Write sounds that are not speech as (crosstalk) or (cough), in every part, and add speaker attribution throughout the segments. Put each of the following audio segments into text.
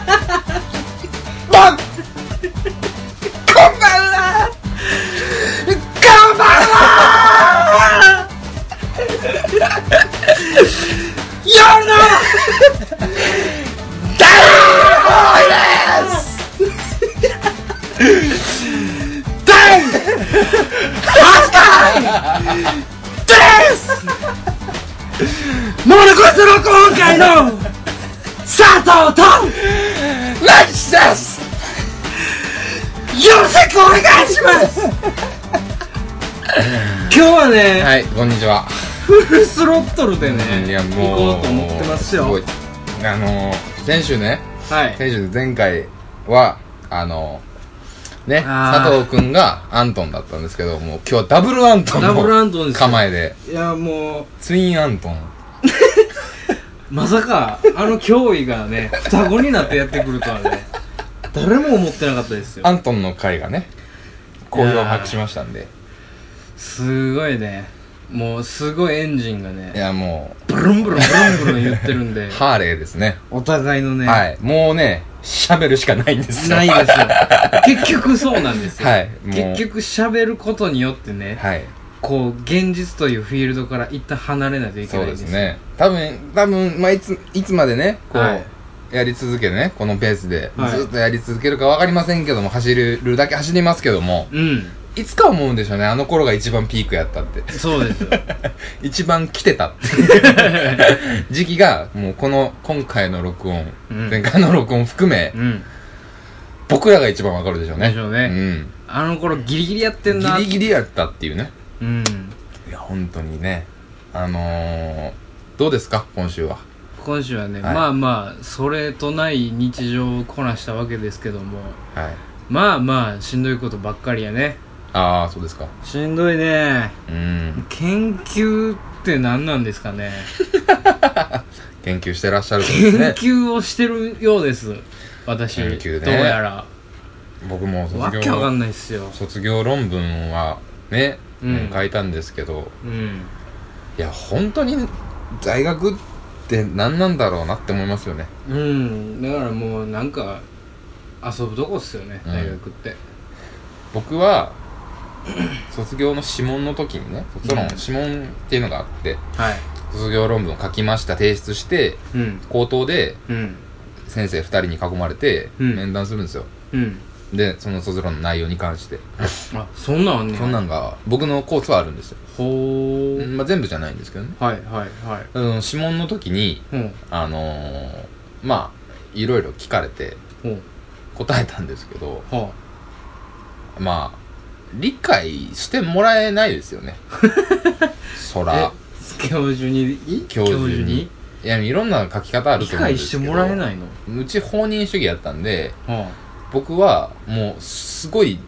Speaker 1: ばんこんばんはこんばんは夜の大です大ですモノコスの今回の佐藤とラッシュですよろしくお願いします今日はね、
Speaker 2: はい、こんにちは。
Speaker 1: フルスロットルでね、
Speaker 2: いや、もう。
Speaker 1: 行こうと思ってますよ。
Speaker 2: ごい。あのー、先週ね、
Speaker 1: はい。
Speaker 2: 先週前回は、あのー、ね、
Speaker 1: あー
Speaker 2: 佐藤くんがアントンだったんですけど、もう今日はダブルアントン
Speaker 1: ダブルアントン
Speaker 2: の
Speaker 1: ですよ
Speaker 2: 構えで、
Speaker 1: いや、もう、
Speaker 2: ツインアントン。
Speaker 1: まさか、あの脅威
Speaker 2: (laughs)
Speaker 1: がね、双子になってやってくるとはね、誰も思ってなかったですよ
Speaker 2: ア。ントンの回がね、好評を博しましたんで。
Speaker 1: すごいね、もうすごいエンジンが
Speaker 2: い
Speaker 1: ね、
Speaker 2: や、も
Speaker 1: ブルンブルンブルンブルン言ってる
Speaker 2: (laughs)
Speaker 1: んで
Speaker 2: う、、ハーレーですね。
Speaker 1: お互いのね、
Speaker 2: はい。もうね、喋るしかないんですよ。
Speaker 1: ない
Speaker 2: (laughs)
Speaker 1: ですよ。結局そうなんですよ。
Speaker 2: はいもう
Speaker 1: 結局喋ることによってね、
Speaker 2: はい。
Speaker 1: こう、現実というフィールドから一旦離れないといけ
Speaker 2: そ
Speaker 1: な
Speaker 2: う
Speaker 1: いん
Speaker 2: で
Speaker 1: です
Speaker 2: す
Speaker 1: よ。
Speaker 2: ね多分多分、まあ、いついつまでねこう、
Speaker 1: はい
Speaker 2: やり続けてねこのペースで、
Speaker 1: はい
Speaker 2: ずっとやり続けるか分かりませんけども走るだけ走りますけども
Speaker 1: うん。
Speaker 2: いつか思うんでしょうねあの頃が一番ピークやったって
Speaker 1: そうです
Speaker 2: (laughs)
Speaker 1: よ。
Speaker 2: 一番来てた
Speaker 1: (laughs)
Speaker 2: って時期がもうこの今回の録音、
Speaker 1: うん
Speaker 2: 前回の録音含め、
Speaker 1: うん。
Speaker 2: 僕らが一番分かるでしょうね
Speaker 1: でしょうねあの頃ギリギリやって
Speaker 2: うんん、ギ
Speaker 1: な。
Speaker 2: リギリやったっていうね
Speaker 1: うん。
Speaker 2: いや本当にねあのー、どうですか今週は
Speaker 1: 今週はね、
Speaker 2: はい
Speaker 1: まあまあ、それとない日常をこなしたわけですけども、
Speaker 2: はい
Speaker 1: まあまあ、しんどいことばっかりやね。
Speaker 2: ああそうですか
Speaker 1: しんどいね。
Speaker 2: うん
Speaker 1: 研究って何なんですかね。
Speaker 2: 研究してらっしゃるんです (laughs)
Speaker 1: 研 (laughs)
Speaker 2: ね
Speaker 1: 究をしてるようです。私、
Speaker 2: 研究ね
Speaker 1: どうやら。
Speaker 2: 僕も
Speaker 1: わ
Speaker 2: 卒
Speaker 1: けわか
Speaker 2: 業
Speaker 1: んないっすよ。
Speaker 2: 卒業論文はね、
Speaker 1: うん
Speaker 2: 書いたんですけど
Speaker 1: うん。
Speaker 2: いや本当に大学って何なんだろうなって思いますよね
Speaker 1: うん。だからもう、なんか、遊ぶとこっすよね、
Speaker 2: うん
Speaker 1: 大学って。
Speaker 2: 僕
Speaker 1: (clears throat)
Speaker 2: は卒業の指紋の時にね卒論、
Speaker 1: うん
Speaker 2: 指紋っていうのがあって
Speaker 1: はい。
Speaker 2: 卒業論文を書きました提出して
Speaker 1: うん。
Speaker 2: 口頭で
Speaker 1: うん。
Speaker 2: 先生2人に囲まれて
Speaker 1: うん
Speaker 2: 面談するんですよ、
Speaker 1: うん。
Speaker 2: でその卒論の内容に関して
Speaker 1: あ、そんなんあんね
Speaker 2: そんなんが僕のコースはあるんですよ、
Speaker 1: ほ
Speaker 2: う
Speaker 1: ー
Speaker 2: んまあ、全部じゃないんですけどね
Speaker 1: はいはいはい
Speaker 2: うん指紋の時に
Speaker 1: ほう
Speaker 2: あのー、まあいろいろ聞かれて
Speaker 1: ほう
Speaker 2: 答えたんですけど
Speaker 1: は
Speaker 2: まあ理解してもらえないですよ
Speaker 1: (laughs)
Speaker 2: ねそら
Speaker 1: あえ教授にい
Speaker 2: 教授にいやいろんな書き方ある
Speaker 1: 理
Speaker 2: と思うん
Speaker 1: 解
Speaker 2: で
Speaker 1: し
Speaker 2: す
Speaker 1: て
Speaker 2: けど
Speaker 1: もらえないう
Speaker 2: ち放任主義やったんで
Speaker 1: のは
Speaker 2: 僕はもうすごい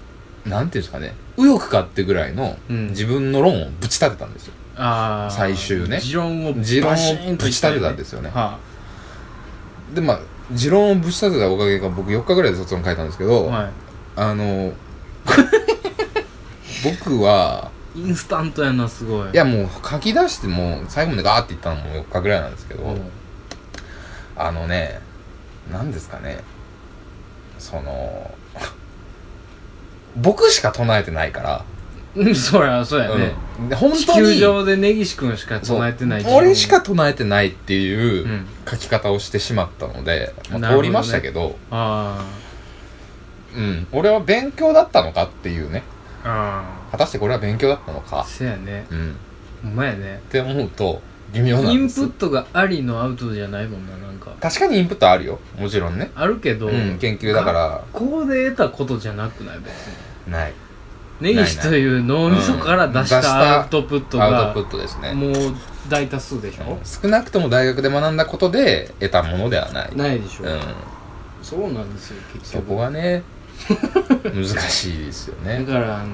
Speaker 2: なんていうんですかね右翼かってぐらいの
Speaker 1: うん
Speaker 2: 自分の論をぶち立てたんですよ、
Speaker 1: ああー
Speaker 2: 最終ね
Speaker 1: 持論を
Speaker 2: 持論を
Speaker 1: バシーンと
Speaker 2: ぶち立てたんですすよね
Speaker 1: は
Speaker 2: でまあ持論をぶち立てたおかげか僕4日ぐらいで卒論書いたんですけ
Speaker 1: あ
Speaker 2: ど、
Speaker 1: は
Speaker 2: あ
Speaker 1: (laughs)
Speaker 2: の僕はい
Speaker 1: インスタントやなすごい
Speaker 2: いやもう書き出してもう最後までガーっていったのも4日ぐらいなんですけど、
Speaker 1: ほう
Speaker 2: あのね何ですかねその (laughs) 僕しか唱えてないから、
Speaker 1: うんそりゃそうやね
Speaker 2: うんで本
Speaker 1: 地
Speaker 2: 当
Speaker 1: 球
Speaker 2: に
Speaker 1: 上で根岸君しか
Speaker 2: そう
Speaker 1: 唱えてない
Speaker 2: 俺しか唱えてないっていううん書き方をしてしまったので、ま
Speaker 1: なる
Speaker 2: あ、
Speaker 1: ほどね
Speaker 2: 通りましたけど
Speaker 1: あ
Speaker 2: うん、俺は勉強だったのかっていうね
Speaker 1: ああ
Speaker 2: 果たしてこれは勉強だったの
Speaker 1: あ
Speaker 2: か、
Speaker 1: せやね
Speaker 2: うん、
Speaker 1: ほんまやね
Speaker 2: って思うと微妙な
Speaker 1: イ
Speaker 2: ん
Speaker 1: ン
Speaker 2: です
Speaker 1: プットがありのアウトじゃないもんななんか
Speaker 2: 確かにインプットあるよもちろんね、
Speaker 1: あるけど、
Speaker 2: うん、研究だから
Speaker 1: 学校で得たことじゃなくない別に
Speaker 2: ない
Speaker 1: 根岸という脳みそから出し
Speaker 2: うん出した
Speaker 1: たアウトプット
Speaker 2: ア
Speaker 1: が
Speaker 2: ウトプットですね
Speaker 1: もう大多数でしょ、
Speaker 2: 少なくとも大学で学んだことで得たものではない
Speaker 1: ないでしょ、
Speaker 2: うん、
Speaker 1: そうなんですよ結
Speaker 2: そ
Speaker 1: 局
Speaker 2: こがね難しいですよ
Speaker 1: (laughs) だ
Speaker 2: ね
Speaker 1: からあのも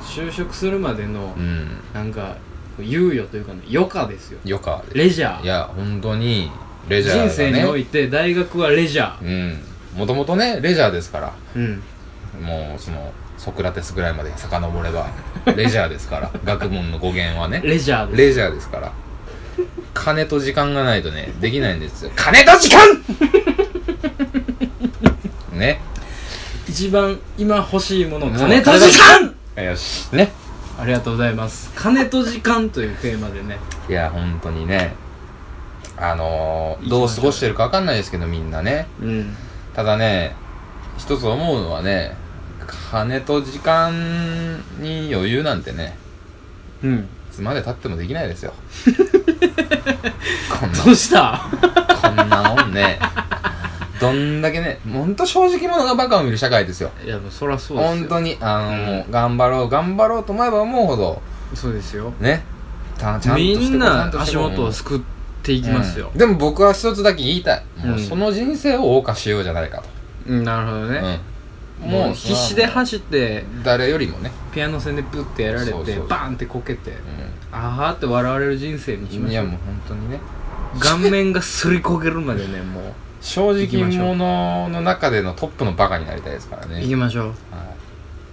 Speaker 1: う就職するまでの
Speaker 2: うん
Speaker 1: なんか猶予というかね余暇ですよ
Speaker 2: よか
Speaker 1: レジャー
Speaker 2: いや本当にレジャーだ、ね、
Speaker 1: 人生において大学はレジャー
Speaker 2: うんもともとねレジャーですから
Speaker 1: うん
Speaker 2: もうそのソクラテスぐらいまで遡
Speaker 1: (laughs)
Speaker 2: ればレジャーですから学問の語源はね
Speaker 1: レジャーです
Speaker 2: レジャーですから金と時間がないとね、できないんですよ。金と時
Speaker 1: (laughs)
Speaker 2: 間ね。
Speaker 1: 一番今欲しいもの
Speaker 2: うん
Speaker 1: 金と時間
Speaker 2: よし。ね。
Speaker 1: ありがとうございます金と時間というテーマでね
Speaker 2: いや、本当にね。あのー、どう過ごしてるかわかんないですけど、みんなね。
Speaker 1: うん
Speaker 2: ただね、一つ思うのはね、金と時間に余裕なんてね、
Speaker 1: うん
Speaker 2: いつまで経ってもできないですよ。こん
Speaker 1: どうした
Speaker 2: な、こんなもんね。どんだけね、ほんと正直者がバカを見る社会ですよ。
Speaker 1: いやもうそりゃそうですよ
Speaker 2: 本当に、あの、
Speaker 1: うん
Speaker 2: もう頑張ろう、頑張ろうと思えば思うほど、
Speaker 1: そうですよ
Speaker 2: ね、たちゃんとしてこう
Speaker 1: みん
Speaker 2: ちゃ
Speaker 1: なん
Speaker 2: として
Speaker 1: 足
Speaker 2: こう
Speaker 1: 元をすくっていきますよ
Speaker 2: うん、でも僕は一つだけ言いたい。もううんその人生を謳歌しようじゃないかと。
Speaker 1: うんなるほどね、
Speaker 2: うん
Speaker 1: もう必死で走って
Speaker 2: 誰よりもね、
Speaker 1: ピアノ線でブッてやられて
Speaker 2: そうそう
Speaker 1: バーンってこけて
Speaker 2: う
Speaker 1: あーって笑われる人生にしま
Speaker 2: ん、い
Speaker 1: し
Speaker 2: や
Speaker 1: ょう
Speaker 2: もう本当にね
Speaker 1: 顔面がすりこけるまでねも
Speaker 2: 正
Speaker 1: 行き
Speaker 2: 直
Speaker 1: ましょう
Speaker 2: 者の中でのトップのバカになりたいですから
Speaker 1: う
Speaker 2: ね
Speaker 1: 行きましょう
Speaker 2: は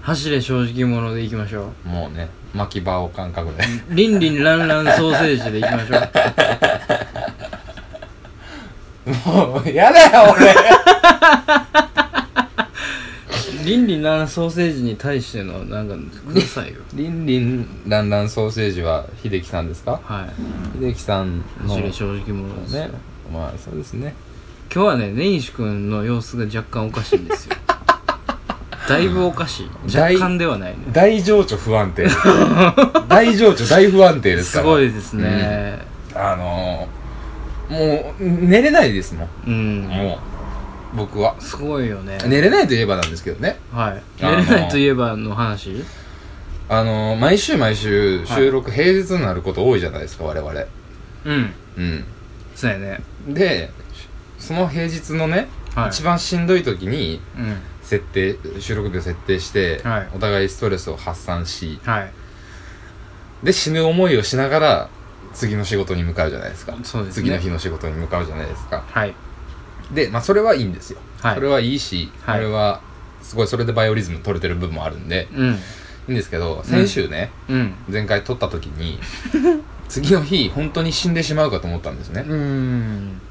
Speaker 1: 走れ正直者で行きましょ
Speaker 2: い、もうね巻き場を感覚で
Speaker 1: うリンリンランランソーセージで行きましょう
Speaker 2: もうやだよ
Speaker 1: (laughs)
Speaker 2: 俺
Speaker 1: (laughs) リンリンランランソーセージに対してのなんかくださいよ
Speaker 2: リンリンランランソーセージは秀樹さんですか
Speaker 1: はい
Speaker 2: 秀樹さんの
Speaker 1: 走れ正直者ですよ
Speaker 2: ねまあそうですね
Speaker 1: 今日はね根岸君の様子が若干おかしいんです
Speaker 2: (laughs)
Speaker 1: よだいぶおかしい
Speaker 2: だい
Speaker 1: 若干ではないね
Speaker 2: 大情緒不安
Speaker 1: (laughs)
Speaker 2: 定大情緒大不安定です
Speaker 1: す
Speaker 2: から
Speaker 1: ごいですね
Speaker 2: あのー、もう寝れないですもん、
Speaker 1: うん、
Speaker 2: もう僕は
Speaker 1: すごいよね
Speaker 2: 寝れないといえばなんですけどね
Speaker 1: はい
Speaker 2: あの
Speaker 1: 寝れないといえばの話
Speaker 2: あのー、毎週毎週
Speaker 1: はい
Speaker 2: 収録平日になること多いじゃないですか、我々。
Speaker 1: うん
Speaker 2: う
Speaker 1: そうやね
Speaker 2: ん。で、その平日のね、
Speaker 1: はい
Speaker 2: 一番しんどい時に、
Speaker 1: うん
Speaker 2: 設定、収録で設定して、
Speaker 1: はい
Speaker 2: お互いストレスを発散し、
Speaker 1: はい
Speaker 2: で、死ぬ思いをしながら、次の仕事に向かうじゃないですか。
Speaker 1: そうですね
Speaker 2: 次の日の仕事に向かうじゃないですか。
Speaker 1: はい
Speaker 2: で、まあ、それはいいんですよ。
Speaker 1: はい
Speaker 2: それはいいし、
Speaker 1: はい
Speaker 2: それは、すごいそれでバイオリズム取れてる部分もあるんで、
Speaker 1: うん
Speaker 2: いいんですけど、先週ね、
Speaker 1: うん
Speaker 2: 前回撮った時
Speaker 1: (laughs)
Speaker 2: に、次の日、本当に死んでしまうかと思ったんですね。
Speaker 1: うん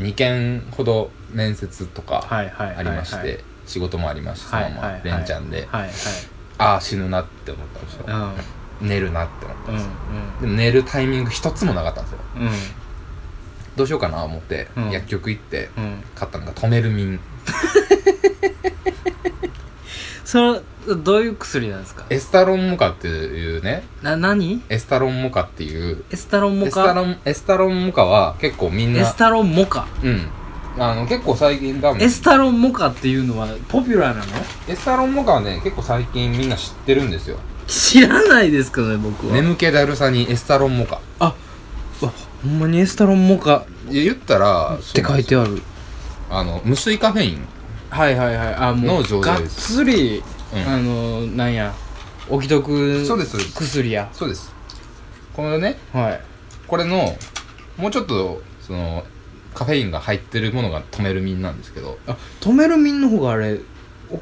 Speaker 2: 2件ほど面接とか
Speaker 1: はいはいはいはい
Speaker 2: ありまして、仕事もありましてそ
Speaker 1: は
Speaker 2: の
Speaker 1: い
Speaker 2: ま
Speaker 1: はいは
Speaker 2: ま
Speaker 1: い
Speaker 2: 連チャンで、
Speaker 1: はい
Speaker 2: ああ死ぬなって思ったんですよ
Speaker 1: はい
Speaker 2: 寝るなって思った
Speaker 1: うんん
Speaker 2: ですよ、でも寝るタイミング一つもなかったんですよ
Speaker 1: うんうん
Speaker 2: どうしようかな思って、
Speaker 1: うん
Speaker 2: 薬局行って
Speaker 1: うん
Speaker 2: 買ったのが止める眠
Speaker 1: それどういう薬なんですか
Speaker 2: エスタロンモカっていうね
Speaker 1: な何
Speaker 2: エスタロンモカっていう
Speaker 1: エスタロンモ
Speaker 2: エスタ
Speaker 1: カ
Speaker 2: ロンエスタロンモカは結構みんな
Speaker 1: エスタロンモカ
Speaker 2: うんあの結構最近多分
Speaker 1: エスタロンモカっていうのはポピュラーなの
Speaker 2: エスタロンモカはね結構最近みんな知ってるんですよ
Speaker 1: 知らないですけどね僕は
Speaker 2: 眠気だるさにエスタロンモカ
Speaker 1: ああほんまにエスタロンモカっ
Speaker 2: いや言ったら
Speaker 1: て書いてある
Speaker 2: あの無水カフェイン
Speaker 1: はいはいはいあも
Speaker 2: の
Speaker 1: う
Speaker 2: 錠
Speaker 1: がっ
Speaker 2: 剤です
Speaker 1: つり、
Speaker 2: うん
Speaker 1: あのなんや置きとく
Speaker 2: そうですそうです
Speaker 1: 薬や
Speaker 2: そうですこのね
Speaker 1: はい
Speaker 2: これのもうちょっとそのカフェインが入ってるものが止めるミンなんですけど
Speaker 1: あ止める民の方があれ大きい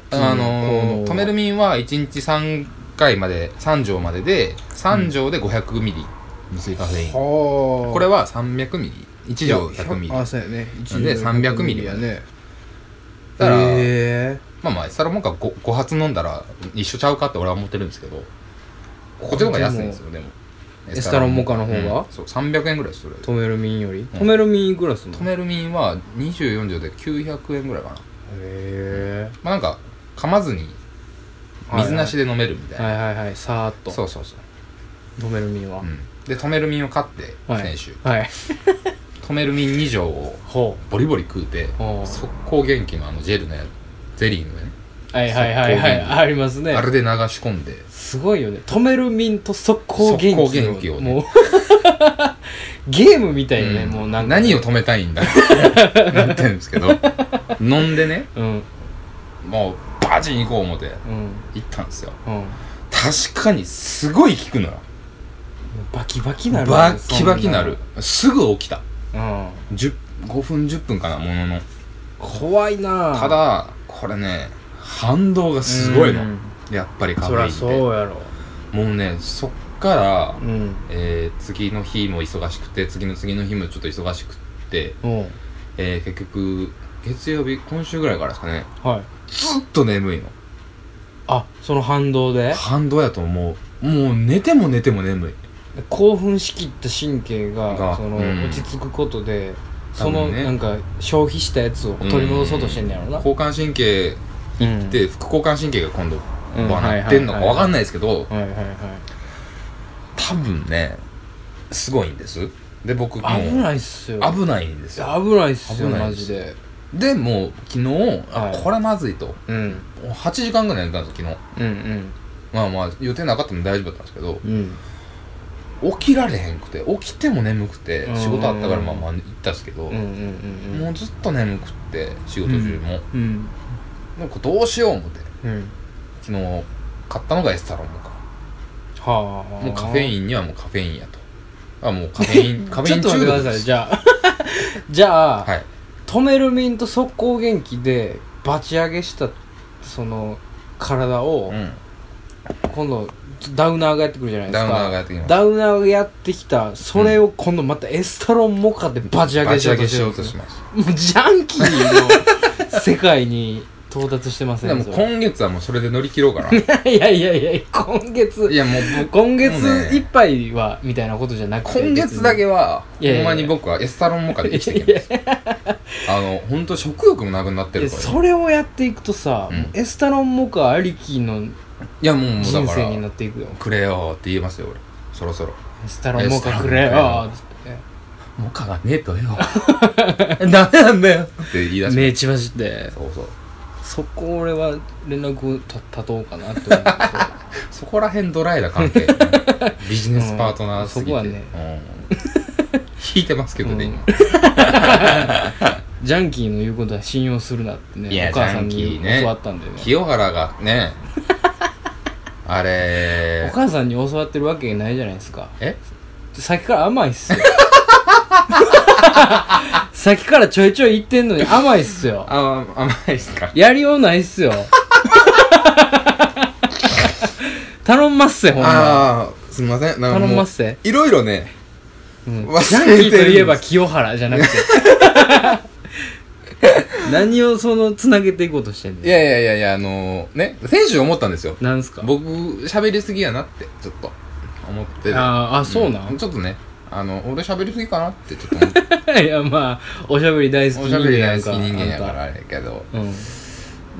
Speaker 2: あのー、止める
Speaker 1: 民
Speaker 2: ミンは1日3回まで3錠までで3錠で500ミリ無水カフェイン、
Speaker 1: はあ
Speaker 2: これは300ミリ1錠100ミリ
Speaker 1: あそうやね一
Speaker 2: で
Speaker 1: 錠100
Speaker 2: 300ミリ
Speaker 1: やね
Speaker 2: だから
Speaker 1: へえ
Speaker 2: まあまあエスタロンモカ 5, 5発飲んだら一緒ちゃうかって俺は思ってるんですけどこっちの方が安いんですよでも
Speaker 1: エスタロンモカの方が
Speaker 2: うんそう300円ぐらいする
Speaker 1: 止める民より
Speaker 2: ん
Speaker 1: 止める民いくらすんの
Speaker 2: トネルミンは24錠で900円ぐらいかな
Speaker 1: へえ
Speaker 2: まあなんか噛まずに水なしで飲めるみたいな、
Speaker 1: はいはいはいさーっと
Speaker 2: そうそうそう、
Speaker 1: 止める民は、
Speaker 2: うん、でトネルミンを買って
Speaker 1: はい
Speaker 2: 先週、
Speaker 1: はい
Speaker 2: トネルミン2錠を
Speaker 1: ほ
Speaker 2: ボリボリ食うて
Speaker 1: ほう
Speaker 2: 速攻元気のあのジェルのやゼリーのね、
Speaker 1: うはいはいはいはいありますね
Speaker 2: あれで流し込んです
Speaker 1: ごいよね止める民と速攻元気
Speaker 2: 速攻元気をね
Speaker 1: もうゲームみたいね、
Speaker 2: うん
Speaker 1: もうなんか
Speaker 2: 何を止めた
Speaker 1: (laughs)
Speaker 2: いんだってなってるんですけど飲んでね
Speaker 1: うん
Speaker 2: もうバチン行こう思って
Speaker 1: うん
Speaker 2: 行ったんですよ
Speaker 1: うん
Speaker 2: 確かにすごい効くのよ
Speaker 1: バキバキなるわ
Speaker 2: バッキバキなるすぐ起きた
Speaker 1: そんなうん
Speaker 2: 10 5分10分かなものの
Speaker 1: 怖いな
Speaker 2: ただこれね反動がすごいの
Speaker 1: うん
Speaker 2: やっぱりカフ
Speaker 1: そ
Speaker 2: ェイ
Speaker 1: り
Speaker 2: ン
Speaker 1: ゃ
Speaker 2: って
Speaker 1: そうやろ
Speaker 2: もうね速から、
Speaker 1: うん
Speaker 2: えー次の日も忙しくて次の次の日もちょっと忙しくって、
Speaker 1: うん
Speaker 2: えー結局月曜日今週ぐらいからですかね
Speaker 1: はい
Speaker 2: ずっと眠いの
Speaker 1: あその反動で
Speaker 2: 反動やと思うもう寝ても寝ても眠い
Speaker 1: 興奮しきった神経が
Speaker 2: が
Speaker 1: その
Speaker 2: うん
Speaker 1: 落ち着くことで
Speaker 2: 多
Speaker 1: その
Speaker 2: 分ね
Speaker 1: なんか消費したやつを取り戻そうとしてんねやろな
Speaker 2: 交感神経
Speaker 1: うん
Speaker 2: で副交感神経が今度
Speaker 1: うん
Speaker 2: はなってんのかわかんないですけど
Speaker 1: はいはいはい
Speaker 2: 多分ねすごいんですで僕もう
Speaker 1: 危ないっすよ
Speaker 2: 危ないんですよ
Speaker 1: 危ないっすよ
Speaker 2: 危ない
Speaker 1: マ
Speaker 2: っす
Speaker 1: ジで
Speaker 2: でもう昨日、あ
Speaker 1: はい
Speaker 2: これまずいとも
Speaker 1: うん
Speaker 2: う8時間ぐらい寝たんですよ昨日
Speaker 1: うん
Speaker 2: まあまあ予定なかったので大丈夫だったんですけど
Speaker 1: うんうん
Speaker 2: 起きられへんくて起きても眠くて
Speaker 1: うん
Speaker 2: 仕事あったからまあまあ行ったんですけど、
Speaker 1: うんうんうん
Speaker 2: もうずっと眠くって仕事中も、
Speaker 1: うん
Speaker 2: なんかどうしよう思って
Speaker 1: うん
Speaker 2: 昨日買ったのがエスタロンか
Speaker 1: はあ
Speaker 2: もうカフェインにはもうカフェインやとあもうカフェ
Speaker 1: (laughs)
Speaker 2: インカフ
Speaker 1: ち
Speaker 2: ェイ
Speaker 1: ょっ
Speaker 2: ン
Speaker 1: と
Speaker 2: 中
Speaker 1: 待ってくだ
Speaker 2: 毒
Speaker 1: さ
Speaker 2: で
Speaker 1: い
Speaker 2: す
Speaker 1: じゃあ (laughs) じゃあ、
Speaker 2: はい
Speaker 1: 止めるミント速攻元気でバチ上げしたその体を、
Speaker 2: う
Speaker 1: 今度ダウナーがやってくるじゃない
Speaker 2: ん
Speaker 1: です
Speaker 2: ダ
Speaker 1: か
Speaker 2: ウナーがやってきました
Speaker 1: ダウナーがやってきたそれを今度またエスタロンモカでバチ上
Speaker 2: バ
Speaker 1: げ
Speaker 2: チ
Speaker 1: し
Speaker 2: 上
Speaker 1: ようと
Speaker 2: げ
Speaker 1: し
Speaker 2: してよ
Speaker 1: る
Speaker 2: う
Speaker 1: ん
Speaker 2: とします
Speaker 1: ですねもうジャンキーの世界に到達してません
Speaker 2: でも
Speaker 1: それ
Speaker 2: 今月はもうそれで乗り切ろ
Speaker 1: (laughs)
Speaker 2: うかな
Speaker 1: いやいやいや今月
Speaker 2: いやもう僕
Speaker 1: 今月
Speaker 2: もうね
Speaker 1: いっぱいはみたいなことじゃなくて
Speaker 2: 今月だけは
Speaker 1: 別にいやいや
Speaker 2: ほん
Speaker 1: い
Speaker 2: ま
Speaker 1: や
Speaker 2: に僕はエスタロンモカで生きていけますあの本当食欲もなくなって
Speaker 1: いや
Speaker 2: るから
Speaker 1: それをやっていくとさ、
Speaker 2: うん
Speaker 1: もうエスタロンモカありきの
Speaker 2: いやもうもうだ
Speaker 1: 人
Speaker 2: か
Speaker 1: 生にな
Speaker 2: ら
Speaker 1: っていくよ
Speaker 2: くれよって言えますよ俺そろそろ
Speaker 1: エスタロンモカくれよつっ
Speaker 2: モカがねえとよ (laughs) ダメなんだよって言い出
Speaker 1: て
Speaker 2: し
Speaker 1: 目ちばして
Speaker 2: そうそう
Speaker 1: そこ俺は連絡をた立とうかなって思って
Speaker 2: そこら辺ドライな関
Speaker 1: (laughs)
Speaker 2: 係ビジネスパートナーすぎて、
Speaker 1: うん
Speaker 2: うん
Speaker 1: そこ
Speaker 2: 引いてますけどね、
Speaker 1: うん
Speaker 2: 今
Speaker 1: ジャンキーの言うことは信用するなって
Speaker 2: い
Speaker 1: ね
Speaker 2: や
Speaker 1: お母さん
Speaker 2: ジャンキ
Speaker 1: に
Speaker 2: ーね
Speaker 1: 教わったんだよね
Speaker 2: 清原がねあ
Speaker 1: お
Speaker 2: れ
Speaker 1: 母さんに教わってるわけないじゃないですか
Speaker 2: え
Speaker 1: さっきから甘いっすよさっきからちょいちょい言ってんのに甘いっすよ
Speaker 2: あ甘いっすか
Speaker 1: やりようないっすよ頼んますせほんます
Speaker 2: みませんな
Speaker 1: 頼ん
Speaker 2: も
Speaker 1: ま
Speaker 2: う
Speaker 1: すせ
Speaker 2: いろいろね
Speaker 1: うんジ
Speaker 2: 忘れて
Speaker 1: ャ
Speaker 2: る
Speaker 1: ンキーといえば清原じゃな
Speaker 2: (laughs)
Speaker 1: くて何をそのつなげていこうとしてん
Speaker 2: い
Speaker 1: の
Speaker 2: やいやいやいやあのね先週思ったんですよ
Speaker 1: なんすか
Speaker 2: 僕喋りすぎやなってちょっと思って
Speaker 1: あーあそうなん、
Speaker 2: ちょっとねあの俺喋りすぎかなってちょっと思って
Speaker 1: いやまあおしゃべり大 (laughs) 好き
Speaker 2: おし
Speaker 1: 人
Speaker 2: ゃ
Speaker 1: 間
Speaker 2: べり大
Speaker 1: や
Speaker 2: 好
Speaker 1: か
Speaker 2: き人間やか
Speaker 1: あ
Speaker 2: らあれやけど
Speaker 1: んたうん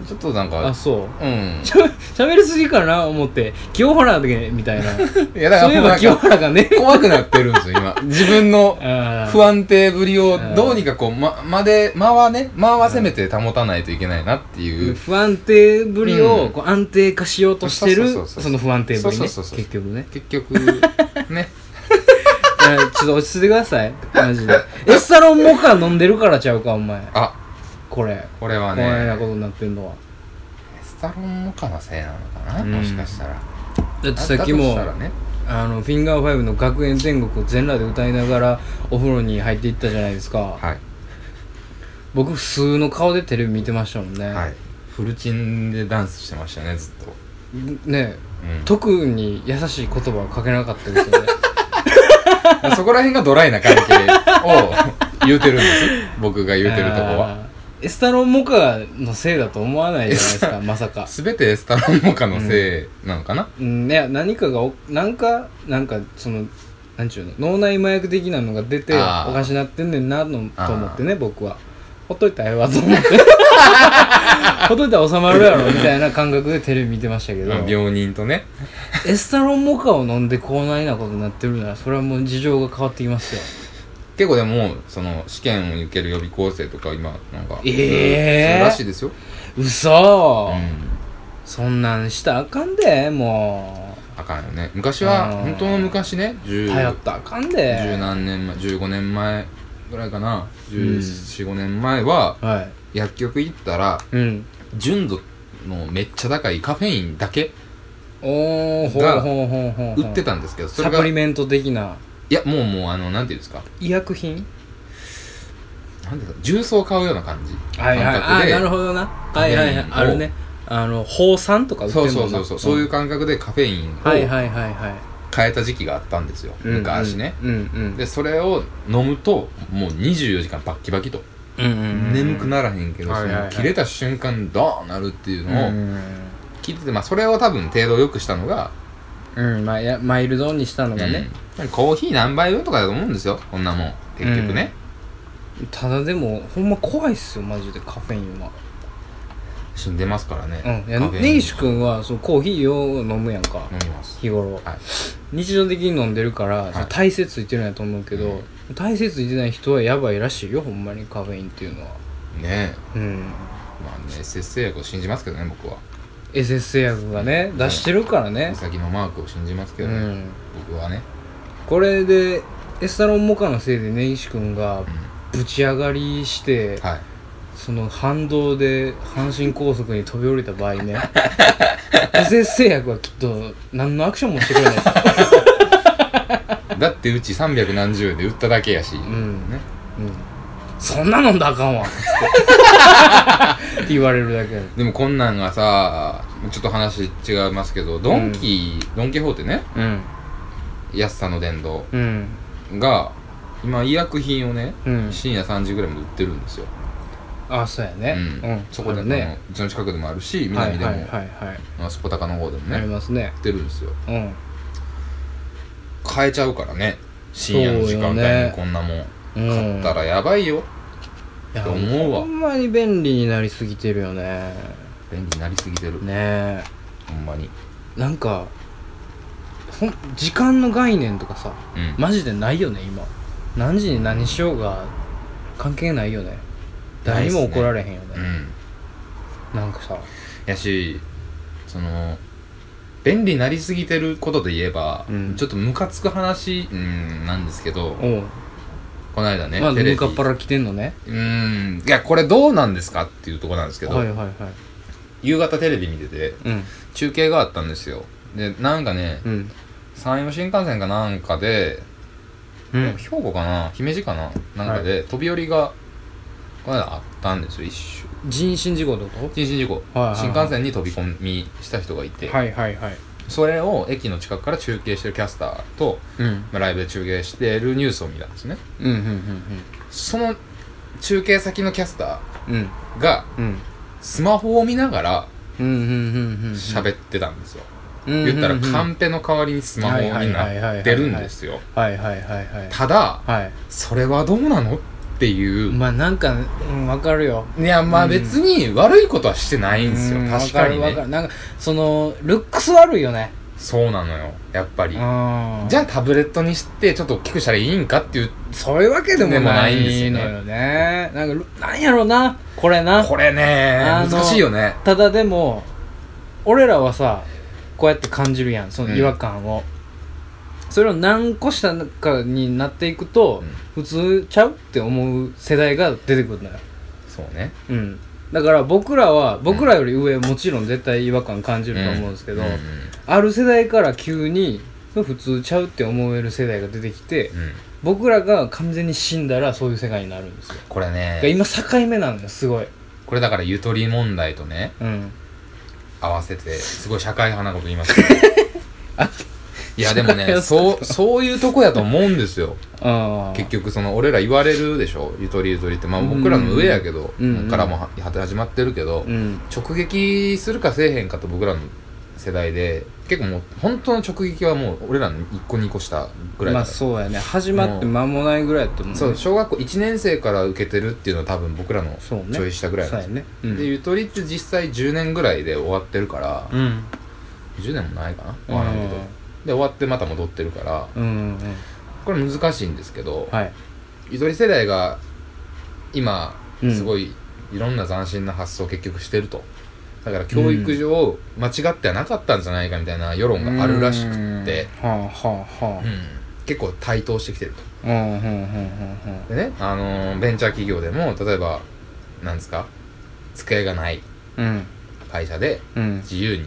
Speaker 2: ちょっとなん
Speaker 1: あ
Speaker 2: か
Speaker 1: そう (laughs)
Speaker 2: うん
Speaker 1: しゃべりすぎかな思って清原だけ
Speaker 2: (laughs)
Speaker 1: みたいなそう
Speaker 2: いやだから
Speaker 1: いえ
Speaker 2: もうな
Speaker 1: ば
Speaker 2: ん
Speaker 1: 清
Speaker 2: か
Speaker 1: 原がね
Speaker 2: 怖くなってるんですよ
Speaker 1: (laughs)
Speaker 2: 今自分の不
Speaker 1: 不安
Speaker 2: 安定ぶりをどうにかこうままで間はね間はせめて保たないといけないなっていう
Speaker 1: 不安定ぶり
Speaker 2: う
Speaker 1: を
Speaker 2: ん
Speaker 1: こう安定化しようとして
Speaker 2: そ
Speaker 1: る
Speaker 2: うそうそうそう
Speaker 1: その不安定ぶり
Speaker 2: そ
Speaker 1: ね
Speaker 2: うそうそうそう
Speaker 1: 結局ね
Speaker 2: 結
Speaker 1: (laughs)
Speaker 2: 局ね
Speaker 1: いやちょっと落ち着いてくださいマジで (laughs) エスタロンモカ飲んでるからちゃうかお前
Speaker 2: あ
Speaker 1: これ
Speaker 2: これは
Speaker 1: こんな
Speaker 2: ね
Speaker 1: ことになってんのは
Speaker 2: エスタロンモカのせいなのかな
Speaker 1: うん
Speaker 2: もしかしたら
Speaker 1: だってさっき
Speaker 2: だと
Speaker 1: も
Speaker 2: したらね
Speaker 1: あのフィンガーファイブの学園天国を全裸で歌いながらお風呂に入っていったじゃないですか
Speaker 2: はい
Speaker 1: 僕普通の顔でテレビ見てましたもんね、
Speaker 2: はいフルチンでダンスしてましたねずっと
Speaker 1: ね
Speaker 2: うん
Speaker 1: 特に優しい言葉をかけなかったですよね
Speaker 2: そこら辺がドライな関係
Speaker 1: (laughs)
Speaker 2: を言うてるんです僕 (laughs) が言うてるとこは
Speaker 1: あーエスタロンモカのせいだと思わないじゃないですか (laughs) まさか
Speaker 2: 全てエスタロンモカのせいなのかな
Speaker 1: うんね何かがおなんかなんかそのなんちゅうの脳内麻薬的なのが出てお
Speaker 2: あー
Speaker 1: かしなってんねんなの
Speaker 2: あー
Speaker 1: と思ってね僕はほっといたらええわと思って
Speaker 2: (laughs)
Speaker 1: ほっといたら収まるやろみたいな感覚でテレビ見てましたけど
Speaker 2: うん病人とね
Speaker 1: エスタロンモカを飲んで口内なことになってるならそれはもう事情が変わってきますよ
Speaker 2: 結構でもその試験を受ける予備校生とか今なんか
Speaker 1: ええ
Speaker 2: そうらしいですよ、
Speaker 1: 嘘、
Speaker 2: うん
Speaker 1: そんなんしたらあかんでも
Speaker 2: あかんよね昔は
Speaker 1: うん
Speaker 2: 本当の昔ね
Speaker 1: う
Speaker 2: 十
Speaker 1: 頼ったらあかん
Speaker 2: 十
Speaker 1: で
Speaker 2: 何年前15年前ぐらいかな
Speaker 1: うん
Speaker 2: 145、5年前は
Speaker 1: はい
Speaker 2: 薬局行ったら
Speaker 1: うん
Speaker 2: 純度のめっちゃ高いカフェインだけ
Speaker 1: おおほう
Speaker 2: が
Speaker 1: ほうほうほう
Speaker 2: 売ってたんですけどそれ
Speaker 1: サ
Speaker 2: が
Speaker 1: プリメント的ない
Speaker 2: やもうもうあのなんていうんですか
Speaker 1: 医薬品
Speaker 2: なんていうんですか重曹買うような感じ感
Speaker 1: あ
Speaker 2: 覚
Speaker 1: ー
Speaker 2: で
Speaker 1: なるほどなはいはいはい
Speaker 2: カ
Speaker 1: あ
Speaker 2: フェインを
Speaker 1: るねあの放酸とか売って
Speaker 2: そ
Speaker 1: る
Speaker 2: う
Speaker 1: もんな
Speaker 2: そうそうそうそういう感覚でカフェインを
Speaker 1: はいはいはいはい
Speaker 2: 変えた時期があったんですよ
Speaker 1: うん
Speaker 2: 昔ね、
Speaker 1: うんうん
Speaker 2: でそれを飲むともう24時間バッキバキと、
Speaker 1: うんうん
Speaker 2: 眠く
Speaker 1: な
Speaker 2: ならへんけど、
Speaker 1: はいはいはい
Speaker 2: その切れた瞬間どうなるっていうのを
Speaker 1: う
Speaker 2: 聞いてて、まあ、それを多分程度良くしたのが、
Speaker 1: ん、うんまあ、やマイルドにしたのがね、
Speaker 2: うんコーヒー何杯分とかだと思うんですよこんなもん結局ね、
Speaker 1: ただでもほんま怖いっすよマジでカフェインは
Speaker 2: 死んでますからね
Speaker 1: うんいや
Speaker 2: カフェイン
Speaker 1: 根岸君はそのコーヒーを飲むやんか
Speaker 2: 飲みます
Speaker 1: 日頃
Speaker 2: はい
Speaker 1: 日常的に飲んでるから、
Speaker 2: い
Speaker 1: その体勢ついてるんやと思うけど、体勢ついてない人はやばいらしいよほんまにカフェインっていうのは
Speaker 2: ね
Speaker 1: うん
Speaker 2: えまあね SS 製薬を信じますけどね僕は
Speaker 1: SS 薬がね出してるから
Speaker 2: 美
Speaker 1: ね、
Speaker 2: 咲のマークを信じますけ
Speaker 1: う
Speaker 2: どね、
Speaker 1: ん、
Speaker 2: 僕はね、
Speaker 1: これでエスタロンモカのせいで根岸君が
Speaker 2: うん
Speaker 1: ぶち上がりして、
Speaker 2: はい
Speaker 1: その反動で阪神高速に飛び降りた場合
Speaker 2: (laughs)
Speaker 1: ね SS 製薬はきっと何のアクションもしてくれないですよ
Speaker 2: だってうち3何十で売っただけやし、
Speaker 1: ん
Speaker 2: ね、
Speaker 1: うんそんな飲んだらあかんわって言われるだけ
Speaker 2: でもこんなんがさちょっと話違いますけどドンキ、ドン・キホーテね
Speaker 1: うん
Speaker 2: 安さの殿堂
Speaker 1: うん
Speaker 2: が今医薬品をね、
Speaker 1: うん
Speaker 2: 深夜3時ぐらいも売ってるんですよ、
Speaker 1: あそうやね
Speaker 2: うんそこで
Speaker 1: あ
Speaker 2: も
Speaker 1: るね
Speaker 2: うちの近くでもあるし
Speaker 1: は
Speaker 2: 南
Speaker 1: い
Speaker 2: でも、
Speaker 1: はいはいはい
Speaker 2: まあスポタカの方でも
Speaker 1: あ
Speaker 2: ね、
Speaker 1: り
Speaker 2: 売
Speaker 1: ますね
Speaker 2: ってるんですよ
Speaker 1: うん
Speaker 2: 買えちゃうからね深夜の時間帯
Speaker 1: そうよ
Speaker 2: に
Speaker 1: ね
Speaker 2: こんなもん、
Speaker 1: 買
Speaker 2: だからやばいよ
Speaker 1: いや
Speaker 2: と思うわ
Speaker 1: ほんまに便利になりすぎてるよね
Speaker 2: 便利になりすぎてる、
Speaker 1: ね
Speaker 2: ほんまに
Speaker 1: えなんかほん時間の概念とかさ
Speaker 2: うん、
Speaker 1: マジでないよね今何時に何しようが関係ないよね
Speaker 2: ない
Speaker 1: 誰
Speaker 2: っ
Speaker 1: に
Speaker 2: すね
Speaker 1: も怒られへんよ
Speaker 2: う
Speaker 1: ね
Speaker 2: ん
Speaker 1: なんかさ
Speaker 2: やしその便利になりすぎてることで言えば、
Speaker 1: うん
Speaker 2: ちょっとムカつく話、うん、なんですけど
Speaker 1: おう
Speaker 2: この間ね、
Speaker 1: まず
Speaker 2: テレ
Speaker 1: ム
Speaker 2: ビ
Speaker 1: カッパラ来てんのね
Speaker 2: うんいやこれどうなんですかっていうところなんですけど、
Speaker 1: はいはいはい
Speaker 2: 夕方テレビ見てて
Speaker 1: うん
Speaker 2: 中継があったんですよでなんかね、
Speaker 1: うん
Speaker 2: 山陽新幹線かなんかで、
Speaker 1: うん
Speaker 2: 兵庫かな姫路かななんかで、飛び降りがこの間あったんですよ一瞬
Speaker 1: 人身事故ってこ
Speaker 2: 人身事故、
Speaker 1: はいはい
Speaker 2: 新幹線に飛び込みした人がいて、
Speaker 1: とはいはいはい
Speaker 2: それを駅の近くから中継してるキャスターと、
Speaker 1: うん
Speaker 2: まあライブで中継してるニュースを見たんですね
Speaker 1: うんうん
Speaker 2: その中継先のキャスタ
Speaker 1: うんうん
Speaker 2: ーが
Speaker 1: うん
Speaker 2: スマホを見ながら
Speaker 1: うんうんうんうん
Speaker 2: 喋ってたんですよ、
Speaker 1: うん
Speaker 2: 言ったら
Speaker 1: うんうん
Speaker 2: カンペの代わりにスマホになってるんですよ
Speaker 1: はいはいはいはい
Speaker 2: ただ
Speaker 1: はい
Speaker 2: それはどうなのっていう、
Speaker 1: まあなんか、うん、わかるよ
Speaker 2: いやまあ
Speaker 1: うん
Speaker 2: 別に悪いことはしてないんですよ、
Speaker 1: うん
Speaker 2: 確かに
Speaker 1: わるわ
Speaker 2: ね
Speaker 1: るなんかそのルックス悪いよね
Speaker 2: そうなのよやっぱり
Speaker 1: じ
Speaker 2: じ
Speaker 1: ゃ
Speaker 2: ゃあタブレットにしてちょっと大きくしたらいいんかっていう
Speaker 1: そういうわけでも
Speaker 2: でもな
Speaker 1: ない
Speaker 2: んです
Speaker 1: い
Speaker 2: よね
Speaker 1: のよねなんかルなんやろうなこれな
Speaker 2: これね
Speaker 1: あの
Speaker 2: 難しいよね
Speaker 1: ただでも俺らはさこうやって感じるやんその違和感を、それを何個下かになっていくと、普通ちゃうって思う世代が出てくるのよ
Speaker 2: そうね
Speaker 1: うん、だから僕らは僕らより上もちろん絶対違和感感じると思うんですけど、
Speaker 2: うんうん
Speaker 1: ある世代から急に普通ちゃうって思える世代が出てきて
Speaker 2: うん
Speaker 1: 僕らが完全に死んだらそういう世界になるんですよ
Speaker 2: これ
Speaker 1: だから
Speaker 2: ね
Speaker 1: 今境目なのよすごい
Speaker 2: これだからゆとり問題とね
Speaker 1: うん
Speaker 2: 合わせ
Speaker 1: (laughs)
Speaker 2: てすごい社会派なこと言いますけど
Speaker 1: あ
Speaker 2: いやでもね
Speaker 1: 社会
Speaker 2: そ
Speaker 1: 派
Speaker 2: うそういうとこやと思うんですよ
Speaker 1: ああ
Speaker 2: 結局その俺ら言われるでしょゆとりゆとりってまあ僕らの上やけど、
Speaker 1: うんうん
Speaker 2: からもは始まってるけど、
Speaker 1: うん
Speaker 2: 直撃するかせえへんかと僕らの世代で結構もう本当の直撃はもう俺らの1個2個下ぐらいだ
Speaker 1: まあ
Speaker 2: から、
Speaker 1: そうやね始まって間もないぐらいやと思う
Speaker 2: そう小学校1年生から受けてるっていうのは多分僕らの
Speaker 1: そうね
Speaker 2: ちょい下ぐらい
Speaker 1: そ
Speaker 2: なん
Speaker 1: う
Speaker 2: です
Speaker 1: や
Speaker 2: よ、
Speaker 1: ねうん
Speaker 2: でゆとりって実際10年ぐらいで終わってるから、
Speaker 1: うん
Speaker 2: 10年もないかな
Speaker 1: う
Speaker 2: 終
Speaker 1: ん
Speaker 2: わらんけど、で終わってまた戻ってるから
Speaker 1: うんうんうん
Speaker 2: これ難しいんですけど、
Speaker 1: はい
Speaker 2: ゆとり世代が今
Speaker 1: うん
Speaker 2: すごいいろんな斬新な発想を結局してるとだから教育上間違ってはなかったんじゃないかみたいな世論があるらしくって、
Speaker 1: うんはあはあは
Speaker 2: うん結構対等してきてる
Speaker 1: あうんうんうんうん
Speaker 2: とでね、あのーベンチャー企業でも例えばなんですか机がない
Speaker 1: うん
Speaker 2: 会社で
Speaker 1: うん
Speaker 2: 自由に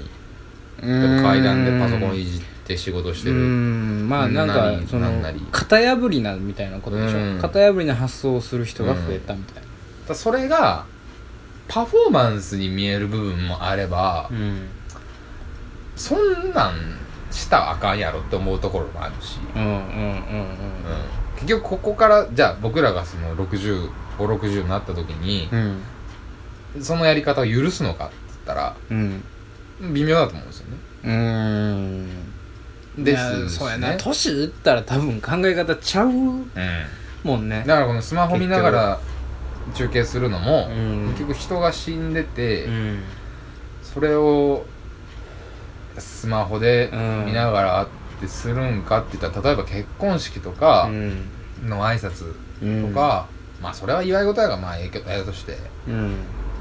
Speaker 1: うん
Speaker 2: 階段でパソコンいじって仕事して
Speaker 1: う
Speaker 2: る
Speaker 1: んまあなん
Speaker 2: な
Speaker 1: か
Speaker 2: り
Speaker 1: そ
Speaker 2: なん
Speaker 1: の
Speaker 2: なり
Speaker 1: 型破りなみたいなことでしょ
Speaker 2: うん
Speaker 1: 型破りな発想をする人が増えたみたいな
Speaker 2: ただそれがパフォーマンスに見える部分もあれば、
Speaker 1: うん
Speaker 2: そんなんしたらあかんやろって思うところもあるし、
Speaker 1: うんうんうん
Speaker 2: うん、結局ここからじゃあ僕らがその6560になった時に
Speaker 1: う、ん
Speaker 2: そのやり方を許すのかって言ったら
Speaker 1: うん
Speaker 2: 微妙だと思うんですよね
Speaker 1: うん
Speaker 2: です
Speaker 1: いや
Speaker 2: し
Speaker 1: そうや
Speaker 2: ね
Speaker 1: な年打ったら多分考え方ちゃう
Speaker 2: うん
Speaker 1: もんね
Speaker 2: だからこのスマホ見ながら中継するのも
Speaker 1: うん
Speaker 2: 結局人が死んでて、
Speaker 1: うん
Speaker 2: それをスマホで見ながらってするんかって言ったら例えば結婚式とか
Speaker 1: うん
Speaker 2: の挨拶とか、まあそれは祝い事やがまあ影響やとして
Speaker 1: うん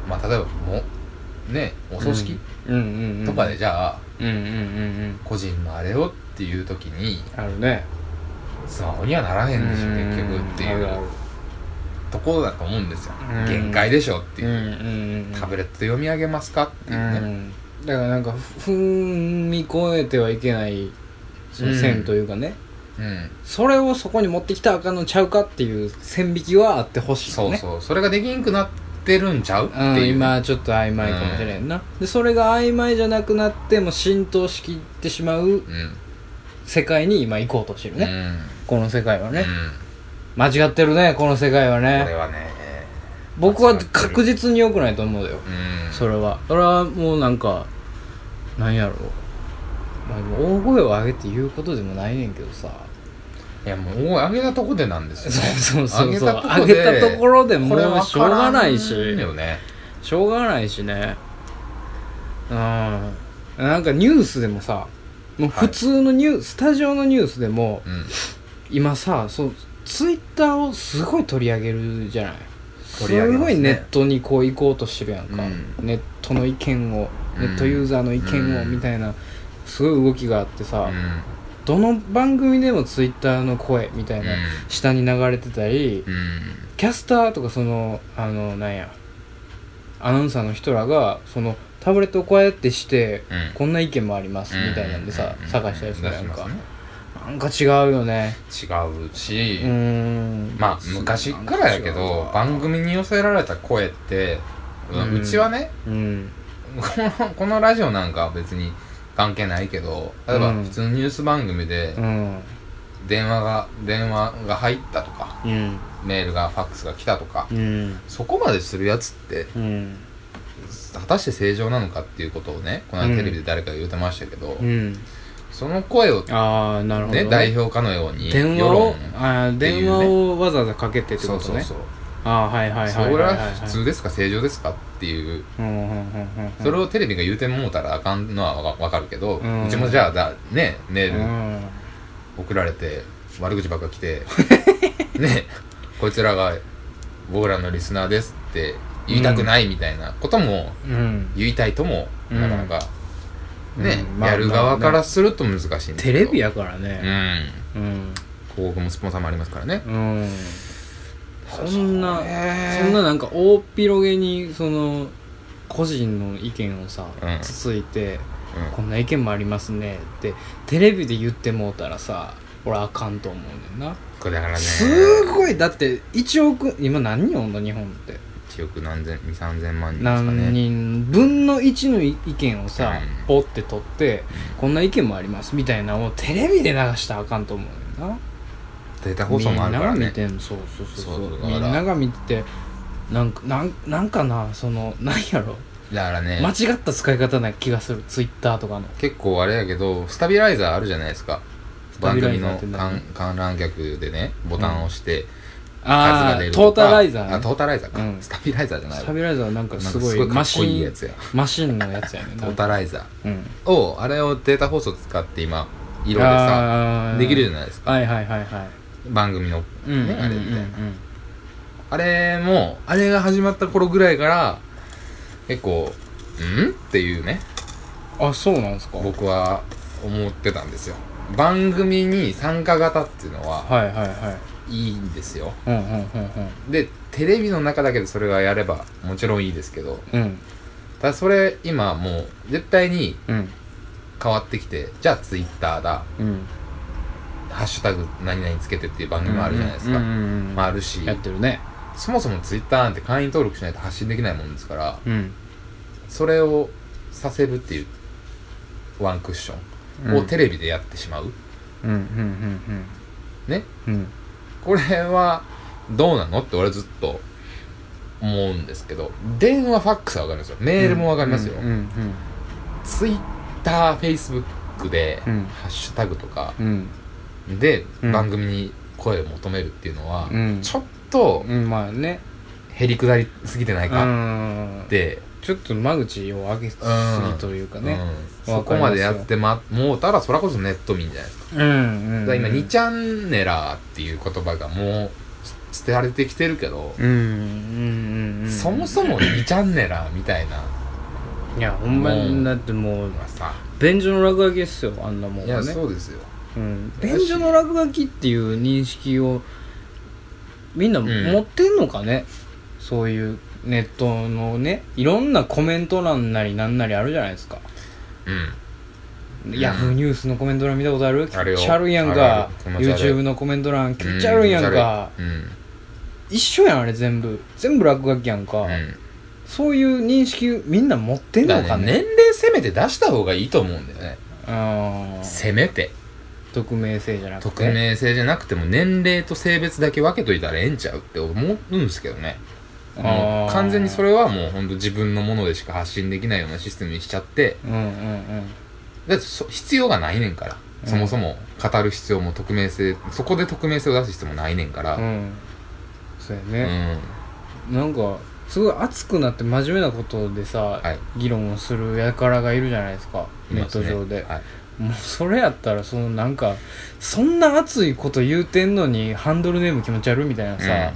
Speaker 2: まあ例えばもねお葬式
Speaker 1: うんうんうん
Speaker 2: とかでじゃあ
Speaker 1: うんうんうんうん
Speaker 2: 個人のあれをっていう時に
Speaker 1: あるね
Speaker 2: スマホにはならへんでしょ結局ってい
Speaker 1: んあるあ
Speaker 2: うところだと思うんですよ
Speaker 1: うん
Speaker 2: 限界でしょって
Speaker 1: るう
Speaker 2: い
Speaker 1: ん
Speaker 2: う。
Speaker 1: うんうん
Speaker 2: タブレットで読み上げますかっていうね、
Speaker 1: だからなんか踏み越えてはいけないその線というかね、
Speaker 2: うん
Speaker 1: それをそこに持ってきたらあかんのちゃうかっていう線引きはあってほしいね
Speaker 2: そうそうそれができんくなってるんちゃうって
Speaker 1: うん
Speaker 2: いう、
Speaker 1: 今ちょっと曖昧かもしれんな、でそれが曖昧じゃなくなっても浸透しきってしまう
Speaker 2: うん
Speaker 1: 世界に今行こうとしてる
Speaker 2: う
Speaker 1: ね、
Speaker 2: ん
Speaker 1: この世界は
Speaker 2: うん
Speaker 1: ね、間違ってるねこの世界は
Speaker 2: これ
Speaker 1: ね
Speaker 2: はね
Speaker 1: 僕は確実に良くないと思うよ
Speaker 2: うん
Speaker 1: それはそれはもうなんかなんやろう、まあ、でも大声を上げて言うことでもないねんけど
Speaker 2: (laughs)
Speaker 1: さ
Speaker 2: いやもう上げたとこでなんです
Speaker 1: そう
Speaker 2: よ
Speaker 1: そうそうそう
Speaker 2: 上
Speaker 1: 上
Speaker 2: げ
Speaker 1: げ
Speaker 2: たとこで
Speaker 1: たところでも
Speaker 2: これは
Speaker 1: うしょうがないし
Speaker 2: 分からんよね
Speaker 1: しょうがないしねうんなんかニュースでもさもう普通のニュー、スタジオのニュースでも
Speaker 2: うん
Speaker 1: 今さそうツイッターをすごい取り上げるじゃない
Speaker 2: 取り上げ
Speaker 1: す
Speaker 2: ます
Speaker 1: ご
Speaker 2: ね
Speaker 1: いネットにこう行こうとしてるやんか、
Speaker 2: うん
Speaker 1: ネットの意見を
Speaker 2: うん
Speaker 1: ネットユーザーの意見を
Speaker 2: うん
Speaker 1: みたいなすごい動きがあってさ、
Speaker 2: うん
Speaker 1: どの番組でもツイッターの声みたいな、
Speaker 2: うん
Speaker 1: 下に流れてたり、
Speaker 2: うん
Speaker 1: キャスターとかそのあのなんやアナウンサーの人らがそのタブレットをこうやってして、
Speaker 2: うん
Speaker 1: こんな意見もありますみたいなんでさ、
Speaker 2: うん
Speaker 1: 探したりするやん
Speaker 2: 出し
Speaker 1: か、
Speaker 2: ま
Speaker 1: なんか違うよね
Speaker 2: すね違うし
Speaker 1: う、ーん
Speaker 2: まあ昔っからやけど番組に寄せられた声って、う
Speaker 1: うん
Speaker 2: うちはね
Speaker 1: うん
Speaker 2: このこのラジオなんかは別に関係ないけど例えば
Speaker 1: うん
Speaker 2: 普通のニュース番組で
Speaker 1: うん
Speaker 2: 電話が電話が入ったとか
Speaker 1: うん
Speaker 2: メールがファックスが来たとか
Speaker 1: うん
Speaker 2: そこまでするやつって
Speaker 1: うん
Speaker 2: 果たして正常なのかっていうことをねこの間テレビで誰かが言ってましたけど、
Speaker 1: うん
Speaker 2: その声を
Speaker 1: ああなるほど、
Speaker 2: ね代表かのように
Speaker 1: 電話
Speaker 2: 世論
Speaker 1: をあー電話をわざわざかけてって
Speaker 2: そ
Speaker 1: こ
Speaker 2: う
Speaker 1: と
Speaker 2: そう
Speaker 1: ね
Speaker 2: そう、
Speaker 1: ああはいはいはい
Speaker 2: そ
Speaker 1: はい
Speaker 2: れ
Speaker 1: は
Speaker 2: はい普通ですか正常ですかっていう
Speaker 1: うんうんうんうん
Speaker 2: それをテレビが言うてもうたらあかんのはわかわかるけど、う
Speaker 1: うん
Speaker 2: ちもじゃあだねメー
Speaker 1: う
Speaker 2: ル
Speaker 1: ん
Speaker 2: 送られて悪口ばっか来
Speaker 1: (laughs)
Speaker 2: てねこいつらが僕らのリスナーですって言いたくないみたいなことも
Speaker 1: うん
Speaker 2: 言いたいとも
Speaker 1: うん
Speaker 2: なかなか、ね、
Speaker 1: うんまあ
Speaker 2: やる側からすると難しいんですけど
Speaker 1: テレビやから
Speaker 2: う
Speaker 1: ね
Speaker 2: ん
Speaker 1: うん
Speaker 2: 広告もスポンサーもありますからね
Speaker 1: うんそんな
Speaker 2: ね
Speaker 1: そんななんか大広げにその個人の意見をさ
Speaker 2: うん
Speaker 1: つついて
Speaker 2: うん
Speaker 1: こんな意見もありますねってテレビで言ってもうたらさ俺あかんと思うねんな
Speaker 2: これだからね
Speaker 1: すごいだって1億今何人おんの日本って
Speaker 2: 1億何千2三千万人ですか
Speaker 1: 何
Speaker 2: ね
Speaker 1: 人分の1の意見をさ
Speaker 2: うん
Speaker 1: ポって取ってこんな意見もありますみたいなのをテレビで流したらあかんと思うねんな
Speaker 2: データ放送もあるから
Speaker 1: みんなが
Speaker 2: ね
Speaker 1: 見てんそうそうそうそう
Speaker 2: そうだから
Speaker 1: みんなが見ててなんかなんなんかなそのなんやろ
Speaker 2: だからね、
Speaker 1: 間違った使い方な気がするツイッターとかの
Speaker 2: 結構あれやけどスタビライザーあるじゃないですか
Speaker 1: タ
Speaker 2: 番
Speaker 1: ビラ
Speaker 2: 組
Speaker 1: イザー
Speaker 2: の
Speaker 1: って
Speaker 2: 観
Speaker 1: 何
Speaker 2: 観覧客でねボタンを押して数が
Speaker 1: あ
Speaker 2: 出る
Speaker 1: あ
Speaker 2: と
Speaker 1: トー
Speaker 2: か
Speaker 1: タライザーね
Speaker 2: あトータライザーか、
Speaker 1: うん
Speaker 2: スタビライザーじゃない
Speaker 1: スタビライザーなんかすごい
Speaker 2: なんか
Speaker 1: マ
Speaker 2: すごいかっこい
Speaker 1: シ
Speaker 2: い
Speaker 1: ン
Speaker 2: やつや
Speaker 1: マシンのやつやねん
Speaker 2: ト
Speaker 1: な
Speaker 2: ータライザ
Speaker 1: うん
Speaker 2: ーをあれをデータ放送使って今色でさ
Speaker 1: さ
Speaker 2: できるじゃ
Speaker 1: ない
Speaker 2: ないですか
Speaker 1: はいはいはいはい
Speaker 2: 番組の、
Speaker 1: うん
Speaker 2: ねあれみたいな、
Speaker 1: うん
Speaker 2: あれもあれが始まった頃ぐらいから結構んっていうね
Speaker 1: うんあそうなんですかはい
Speaker 2: 僕は思ってたんですよ番組に参加型っていうのは
Speaker 1: はいはい
Speaker 2: いいんですよ
Speaker 1: うんうんうん
Speaker 2: でテレビの中だけでそれがやればもちろんいいですけど
Speaker 1: うんうん
Speaker 2: ただそれ今もう絶対に
Speaker 1: うん
Speaker 2: 変わってきてじゃあツイッターだ
Speaker 1: うん
Speaker 2: 「ハッシュタグ何々つけて」っていう番組もあるじゃないですか、
Speaker 1: うんうんうんうん
Speaker 2: まあ、あるし
Speaker 1: やってるね
Speaker 2: そもそもツイッターなんて会員登録しないと発信できないもんですから
Speaker 1: うん
Speaker 2: それをさせるっていうワンクッションをテレビでやってしまう、
Speaker 1: うんうんうん
Speaker 2: ね
Speaker 1: うんうん
Speaker 2: これはどうなのって俺はずっと思うんですけど電話ファックスは分かりますよメールも分かりますよ、
Speaker 1: うんうん
Speaker 2: ツイッターフェイスブックで、
Speaker 1: うん
Speaker 2: ハッシュタグとか
Speaker 1: うん
Speaker 2: で、
Speaker 1: うん
Speaker 2: 番組に声を求めるっていうのは、
Speaker 1: うん
Speaker 2: ちょっと
Speaker 1: うんまあね
Speaker 2: へりくだりすぎてな
Speaker 1: う
Speaker 2: いか
Speaker 1: ん
Speaker 2: って、
Speaker 1: ちょっと間口を上げすぎというか
Speaker 2: うん
Speaker 1: ね
Speaker 2: そこまでやってまもうたらそれこそネット民じゃないですか,、
Speaker 1: うんうんうん
Speaker 2: だから今2チャンネラーっていう言葉がもう捨てられてきてるけど、
Speaker 1: うんうんうんうん
Speaker 2: そもそも2チャンネラーみたいなの
Speaker 1: いやほんま
Speaker 2: うん
Speaker 1: にだってもう
Speaker 2: はさ、
Speaker 1: 便所の落書きですよあんなもん
Speaker 2: い
Speaker 1: は
Speaker 2: や
Speaker 1: ね
Speaker 2: そうですよ
Speaker 1: うん便所の落書きっていう認識をみんな持ってんのかね、そういうネットのねいろんなコメント欄なりなんなりあるじゃないですか、
Speaker 2: うん
Speaker 1: ヤフーニュースのコメント欄見たことある気
Speaker 2: あるよ
Speaker 1: 持ち悪いやん
Speaker 2: あ
Speaker 1: か
Speaker 2: るある気持ち悪い
Speaker 1: YouTube のコメント欄気持ち悪いやんか、
Speaker 2: うん
Speaker 1: 一緒やんあれ全部全部落書きやんか、
Speaker 2: 気持ち悪いうん
Speaker 1: そういう認識みんな持ってんの
Speaker 2: だ
Speaker 1: か
Speaker 2: からね
Speaker 1: ね
Speaker 2: 年齢せめて出した方がいいと思うんだよね
Speaker 1: うん
Speaker 2: せめて
Speaker 1: 匿名性じゃなくて
Speaker 2: 匿名性じゃなくても年齢と性別だけ分けといたらええんちゃうって思うんですけどねもう完全にそ
Speaker 1: れ
Speaker 2: れはもうほんと自分のものでしか発信できないようなシステムにしちゃって
Speaker 1: うんうんうん
Speaker 2: だってそ必要がないねんから
Speaker 1: うん
Speaker 2: そもそも語る必要も匿名性そこで匿名性を出す必要もないねんから、
Speaker 1: うんそうや
Speaker 2: う
Speaker 1: ね、
Speaker 2: ん
Speaker 1: なんかすごい熱くなって真面目なことでさ、
Speaker 2: はい
Speaker 1: 議論をする輩がいるじゃないですか
Speaker 2: い
Speaker 1: ネ
Speaker 2: ま
Speaker 1: ッ
Speaker 2: す
Speaker 1: ト
Speaker 2: ね
Speaker 1: 上で、
Speaker 2: はい
Speaker 1: もうそれやったらそのなんかそんな熱いこと言うてんのにハンドルネーム気持ち悪いみたいなさ、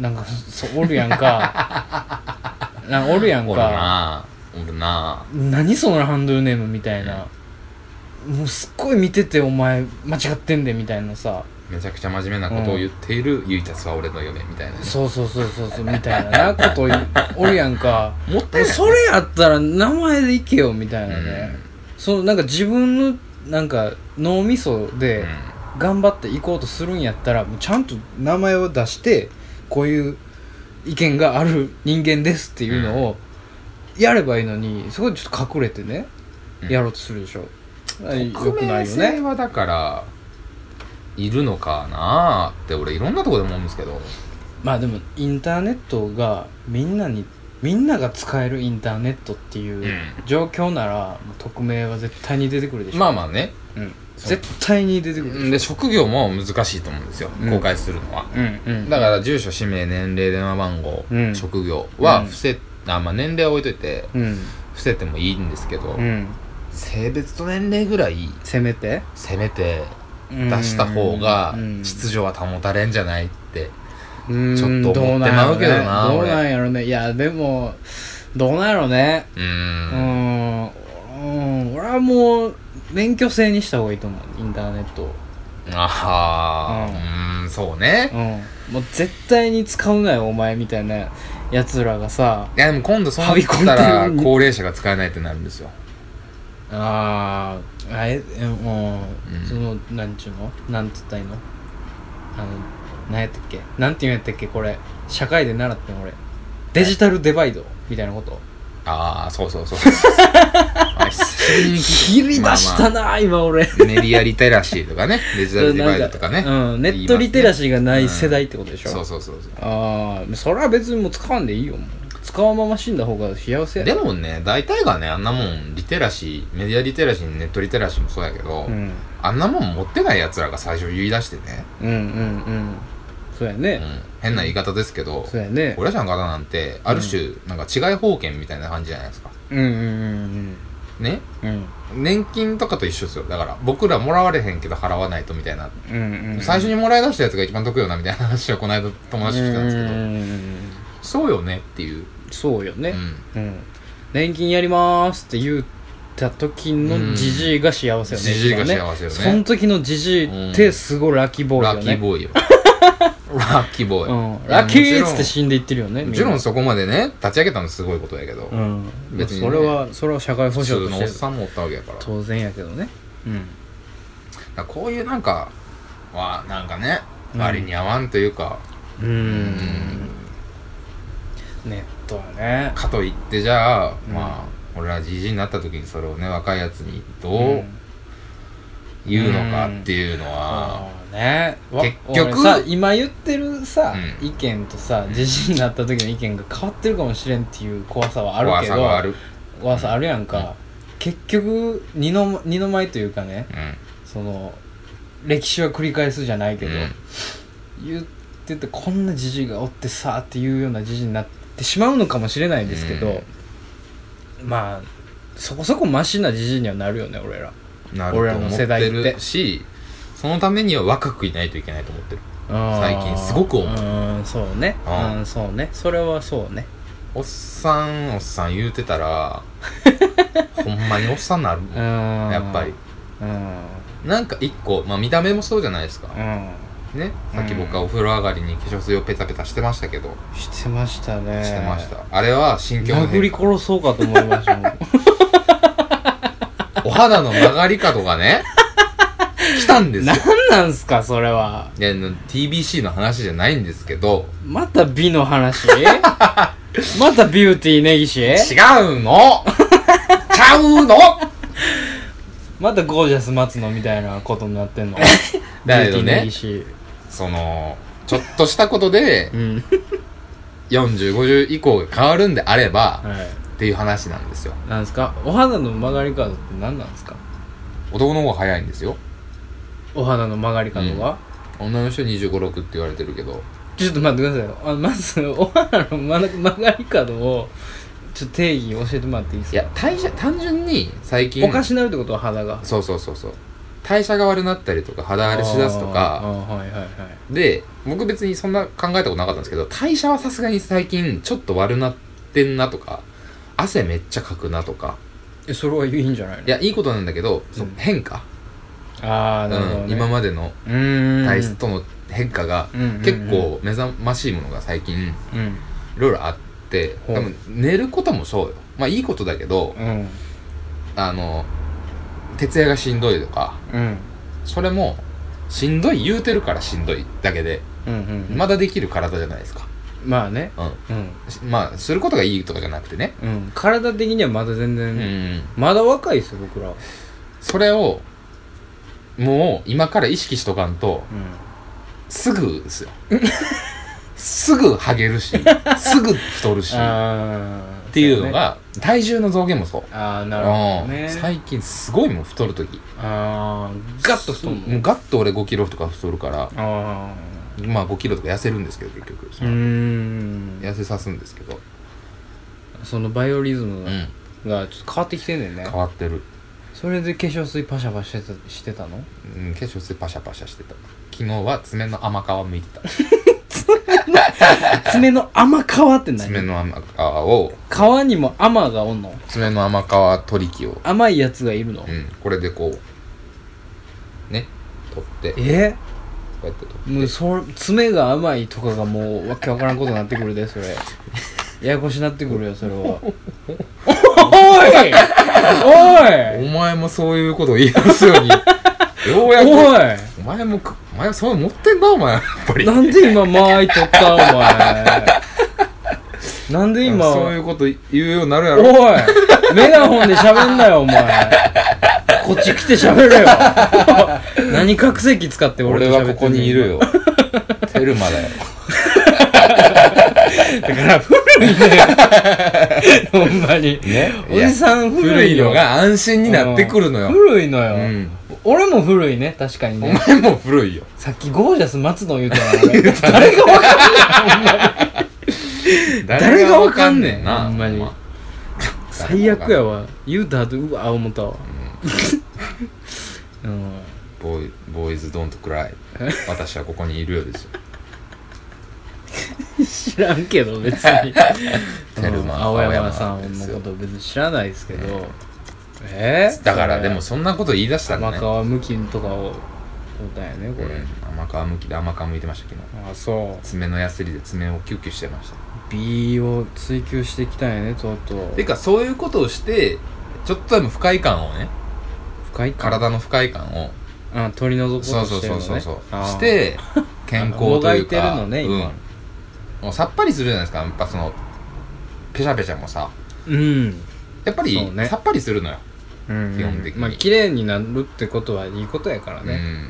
Speaker 1: なんかそおるやんかなんかおるやん
Speaker 2: おる
Speaker 1: か
Speaker 2: なぁおるな
Speaker 1: 何そのハンドルネームみたいな、もうすっごい見ててお前間違ってんでみたいな
Speaker 2: ぁ
Speaker 1: さ
Speaker 2: めちゃくちゃ真面目なことを言っている唯一は俺の嫁みたいなね
Speaker 1: そうそうそうそうそうみたいななこと言うおるやんか
Speaker 2: もったいない
Speaker 1: それやったら名前でいけよみたいなね、そのなんか自分のなんか脳みそ
Speaker 2: う
Speaker 1: で
Speaker 2: ん
Speaker 1: 頑張っていこうとするんやったらもうちゃんと名前を出してこういう意見がある人間ですっていうのをやればいいのにそこでちょっと隠れてね、
Speaker 2: うん
Speaker 1: やろうとするでしょ
Speaker 2: 匿名性はだからいるのかなーって俺いろんなとこで思うんですけど
Speaker 1: まあでもインターネットがみんなにみんなが使えるインターネットっていううん状況なら、もう匿名は絶対に出てくるでしょ、
Speaker 2: まあまあね
Speaker 1: うん、
Speaker 2: そう
Speaker 1: 絶対に出てくるでし
Speaker 2: で職業も難しいと思うんですよ
Speaker 1: うん
Speaker 2: 公開するのは、
Speaker 1: ょ、うんうん、
Speaker 2: だから住所氏名年齢電話番号、
Speaker 1: うん
Speaker 2: 職業は
Speaker 1: うん
Speaker 2: 伏せ、あまあ年齢は置いといて
Speaker 1: うん
Speaker 2: 伏せてもいいんですけど、
Speaker 1: うん
Speaker 2: 性別と年齢ぐらい
Speaker 1: せめて
Speaker 2: せめて
Speaker 1: 出
Speaker 2: 出した方が
Speaker 1: ち
Speaker 2: 秩序は保たれんじゃないって
Speaker 1: ょ
Speaker 2: ちょっと思ってまうけどな
Speaker 1: どう
Speaker 2: 俺
Speaker 1: なんやろねいやでもどうなんやろね
Speaker 2: う
Speaker 1: う
Speaker 2: ーん
Speaker 1: んうん俺はもう免許制にした方がいいと思うインターネットを
Speaker 2: あはーうーんそうね
Speaker 1: うん、もう絶対に使うなよお前みたいなやつらがさ
Speaker 2: いやでも今度そうな
Speaker 1: は
Speaker 2: っ
Speaker 1: びこんで
Speaker 2: た
Speaker 1: る
Speaker 2: ら高齢者が使えないってなるんですよ
Speaker 1: あーあええう
Speaker 2: う
Speaker 1: ん、
Speaker 2: ん
Speaker 1: そのなんちゅうのなんつったらいいのあのなんやったっけなんていうんやったっけこれ社会で習ってん俺デジタルデバイドみたい
Speaker 2: (laughs)
Speaker 1: なこと
Speaker 2: ああそうそうそうそうあ久しぶりに聞い
Speaker 1: 切り出したな、今俺
Speaker 2: たメディアリテラシーとかねデジタルデバイドとかね
Speaker 1: うん、ネットリテラ
Speaker 2: シ
Speaker 1: シーがない世代ってことでしょ、
Speaker 2: そうそうそうそう
Speaker 1: ああそれは別にもう使わんでいいよもう使わんまま死んだ方が幸せや
Speaker 2: でもね大体がねあんなもんリテラシーメディアリテラシーネットリテラシーもそうやけど、
Speaker 1: うん
Speaker 2: あんなもん持ってない奴らが最初言い出してね、
Speaker 1: うんうんうんそうや
Speaker 2: う
Speaker 1: ね、
Speaker 2: ん、変な言い方ですけど
Speaker 1: そうやね
Speaker 2: 俺らの方なんてある種なんか違い保険みたいな感じじゃないですか
Speaker 1: うんうんうん
Speaker 2: ね
Speaker 1: うんうん
Speaker 2: 年金とかと一緒ですよだから僕らもらわれへんけど払わないとみたいな
Speaker 1: うんうん
Speaker 2: 最初にもらい出したやつが一番得よなみたいな話をこの間友達としてたんですけど、
Speaker 1: うんうんうんうん
Speaker 2: そうよねっていう、
Speaker 1: そうよ
Speaker 2: う
Speaker 1: ね、
Speaker 2: ん、
Speaker 1: うん年金やりますって言った時のじじいが幸せよね
Speaker 2: うんジジイが幸せよね
Speaker 1: その時のじじいってすごいラッキーボーイ
Speaker 2: ラ
Speaker 1: よ
Speaker 2: ッキ
Speaker 1: ね
Speaker 2: ーボーイ
Speaker 1: (laughs)
Speaker 2: よラッキーボーイ、
Speaker 1: うん、ラッキーっつって
Speaker 2: い
Speaker 1: 死んでいってるよね
Speaker 2: やも
Speaker 1: みんな
Speaker 2: ちろんもちろんそこまでね立ち上げたのすごいことやけど、
Speaker 1: うん
Speaker 2: 別にね
Speaker 1: それはそれは社会保
Speaker 2: 普通
Speaker 1: 障
Speaker 2: の
Speaker 1: と
Speaker 2: おっ
Speaker 1: して
Speaker 2: さんもおったわけやからだか
Speaker 1: 当然やけどねうん
Speaker 2: らこういうなんかはなんかね
Speaker 1: うん
Speaker 2: 割に合わんというか、
Speaker 1: うーんネットはね
Speaker 2: かといってじゃあ、
Speaker 1: うん
Speaker 2: まあ俺らじじいになった時にそれをね若いやつにどう、
Speaker 1: うん
Speaker 2: 言うのかっていうのは、
Speaker 1: あーねわ
Speaker 2: 結局
Speaker 1: 俺さ今言ってるさ、
Speaker 2: うん
Speaker 1: 意見とさ地震になった時の意見が変わってるかもしれんっていう怖さはある
Speaker 2: 怖
Speaker 1: け
Speaker 2: さ
Speaker 1: ど
Speaker 2: がある。
Speaker 1: 怖さあるやんか、結局二の二の舞というかね
Speaker 2: うん。
Speaker 1: その歴史は繰り返すじゃないけど、
Speaker 2: うん
Speaker 1: 言っててこんなじじいがおってさっていうようなじじいになってしまうのかもしれないですけど、まあそこそこマシなじじいにはなるよね俺ら
Speaker 2: なると
Speaker 1: 俺ら
Speaker 2: 思
Speaker 1: の
Speaker 2: っ
Speaker 1: 世代
Speaker 2: て
Speaker 1: って
Speaker 2: るし、そのためには若くいないといけないと思ってる。最近すごく思う
Speaker 1: うんそうね
Speaker 2: うん
Speaker 1: うんそうねそれはそうね
Speaker 2: おっさん、おっさん言うてた
Speaker 1: (laughs)
Speaker 2: ら、ほんまにおっさんなるもん。や
Speaker 1: や
Speaker 2: っぱり。
Speaker 1: うん
Speaker 2: なんか一個、まあ見た目もそうじゃないですか。
Speaker 1: うん
Speaker 2: ね。さっき僕
Speaker 1: う
Speaker 2: はお風呂上がりに化粧水をペタペタしてましたけど、
Speaker 1: してましたね
Speaker 2: してました。あれは心境の
Speaker 1: 殴
Speaker 2: 変
Speaker 1: り
Speaker 2: 化
Speaker 1: 殺そうかと思いましたもん
Speaker 2: お肌の曲がり角がね、
Speaker 1: (laughs)
Speaker 2: 来たんですよ。
Speaker 1: 何なんすかそれはい
Speaker 2: や、あの TBC の話じゃないんですけど、
Speaker 1: また美
Speaker 2: (laughs)
Speaker 1: の話またビューティー根岸
Speaker 2: 違う
Speaker 1: (laughs)
Speaker 2: のちゃうの
Speaker 1: またゴージャス松野みたいなことになってん (laughs) の
Speaker 2: だけどね
Speaker 1: ビューティー
Speaker 2: その、ちょっとしたことで、
Speaker 1: 根岸
Speaker 2: 40、50以降が変わるんであれ
Speaker 1: うん
Speaker 2: ば、
Speaker 1: はい
Speaker 2: っていう話なんですよ。
Speaker 1: なんですかお肌の曲がり角って何なんですか
Speaker 2: 男の方が早いんですよ。
Speaker 1: お肌の曲がり角が、
Speaker 2: 女の人25、6って言われてるけど、
Speaker 1: ちょっと待ってくださいよあまずお肌のま曲がり角をちょっと定義教えてもらっていいです
Speaker 2: い
Speaker 1: か
Speaker 2: や、代謝、単純に最近、
Speaker 1: おかしなるってことは肌が
Speaker 2: そうそうそうそう。代謝が悪くなったりとか、肌荒れしだすと
Speaker 1: あ
Speaker 2: か、
Speaker 1: ーあーはいはいはい
Speaker 2: で、僕別にそんな考えたことなかったんですけど、代謝はさすがに最近ちょっと悪なってんなとか、汗めっちゃかくなとか、
Speaker 1: えそれはいいんじゃないの
Speaker 2: いや、いいことなんだけど、その
Speaker 1: うん
Speaker 2: 変化、
Speaker 1: ああ
Speaker 2: うん
Speaker 1: なるほど、ね
Speaker 2: 今までの
Speaker 1: うーん
Speaker 2: 体質との変化が、
Speaker 1: うんうんうん
Speaker 2: 結構目覚ましいものが最近、
Speaker 1: うん
Speaker 2: いろいろあって、
Speaker 1: ほう
Speaker 2: 多分寝ることもそうよ。まあいいことだけど、
Speaker 1: うん
Speaker 2: あの、徹夜がしんどいとか、
Speaker 1: うん
Speaker 2: それも、しんどい言うてるからしんどいだけで、
Speaker 1: うんうん
Speaker 2: まだできる体じゃないですか。
Speaker 1: まあね
Speaker 2: う
Speaker 1: うん
Speaker 2: んし。まあ、することがいいとかじゃなくてね。
Speaker 1: うん体的にはまだ全
Speaker 2: う
Speaker 1: 然、
Speaker 2: ん。
Speaker 1: まだ若いですよ僕らうん
Speaker 2: それを、もう今から意識しとかんと、すぐです
Speaker 1: (laughs)
Speaker 2: よ。すぐハゲるし、すぐ太るし、っ
Speaker 1: あー
Speaker 2: ていうの
Speaker 1: そね
Speaker 2: が、体重の増減もそう。
Speaker 1: ああなるほど
Speaker 2: う
Speaker 1: ね
Speaker 2: ん最近すごいもん太るとき。
Speaker 1: ああガッと太る
Speaker 2: もうガッと俺5キロとか太るから、
Speaker 1: あ
Speaker 2: まあ5キロとか痩せるんですけど、結局。
Speaker 1: あうーん
Speaker 2: 痩せさすんですけど。
Speaker 1: そのバイオリズム
Speaker 2: うん。
Speaker 1: がちょっと変わってきてんねんね
Speaker 2: 変わってる。
Speaker 1: それで化粧水パシャパシャしてたしてたの
Speaker 2: うん、化粧水パシャパシャしてた。昨日は爪の甘皮剥いてた。
Speaker 1: 爪の甘皮って (laughs) 何
Speaker 2: 爪の甘皮を、
Speaker 1: 皮にも甘がおんの
Speaker 2: 爪の甘皮取り器を、
Speaker 1: 甘いやつがいるの、
Speaker 2: うん、これでこう、ね、取って、こ
Speaker 1: え
Speaker 2: うやって取って。
Speaker 1: もうそ爪が甘いとかがもうわけわからんことになってくるでそ
Speaker 2: (laughs)
Speaker 1: れややこしなってくるよそれはおい
Speaker 2: お前もそういうことを言い出す
Speaker 1: (laughs)
Speaker 2: ように。ようや
Speaker 1: お
Speaker 2: く。
Speaker 1: い
Speaker 2: お前もく、お前はそういうの持ってんな、お前。やっぱ
Speaker 1: おい
Speaker 2: り。
Speaker 1: なんで今間合い取ったお前なんで今
Speaker 2: そういうこと言うようになるや
Speaker 1: おい
Speaker 2: ろ。
Speaker 1: メガホンで喋んなよお前こっち来て喋れよ
Speaker 2: (laughs)
Speaker 1: 何拡声器使って
Speaker 2: 俺
Speaker 1: 俺と
Speaker 2: は
Speaker 1: 喋ってんね
Speaker 2: こ
Speaker 1: ん
Speaker 2: こにいるよ。テルマだよ。
Speaker 1: だから古いね
Speaker 2: (laughs)
Speaker 1: ほんまに
Speaker 2: ね。
Speaker 1: おじさん古
Speaker 2: 古
Speaker 1: い
Speaker 2: い
Speaker 1: よ
Speaker 2: のが安心になってくるのよ。
Speaker 1: 古いのよ、
Speaker 2: うん。
Speaker 1: 俺も古いね確かに
Speaker 2: お
Speaker 1: ね
Speaker 2: 前も古いよ。
Speaker 1: さっきゴージャス松野言
Speaker 2: (laughs)
Speaker 1: うたら俺誰がわかん誰がわかんねん
Speaker 2: な。
Speaker 1: ほんまに
Speaker 2: ほんま
Speaker 1: 最悪やわ言うた後うわ思ったわ (laughs) うん
Speaker 2: ボーイボーイズドントクライ。私はここにいるよですよ。
Speaker 1: 知らんけど別に
Speaker 2: (laughs) テルマ
Speaker 1: うん青山さん
Speaker 2: です
Speaker 1: の
Speaker 2: よ
Speaker 1: こと別に知らないですけど、えー、
Speaker 2: だからでもそんなこと言い出したら
Speaker 1: 玉
Speaker 2: ね。
Speaker 1: 川向きとかを取ったんやねこ
Speaker 2: う
Speaker 1: れ、
Speaker 2: ん甘皮むきで甘皮むいてましたけど
Speaker 1: あそう
Speaker 2: 爪のやすりで爪をキュッキュしてました
Speaker 1: 美を追求してきたんやねとうとう
Speaker 2: てかそういうことをしてちょっとでも不快感をね
Speaker 1: 深いから
Speaker 2: 体の不快感を
Speaker 1: あ取り除こうと
Speaker 2: そうそう
Speaker 1: してる
Speaker 2: そ
Speaker 1: の
Speaker 2: う
Speaker 1: ね
Speaker 2: そうそう
Speaker 1: あー
Speaker 2: して健康というか
Speaker 1: あもがいてるのね今
Speaker 2: うん、もうさっぱりするじゃないですかやっぱそのペシャペシャもさ
Speaker 1: うん
Speaker 2: やっぱり、
Speaker 1: そうね
Speaker 2: さっぱりするのよ
Speaker 1: うん
Speaker 2: 基本的に
Speaker 1: まあ綺麗になるってことはいいことやから
Speaker 2: う
Speaker 1: ね、
Speaker 2: ん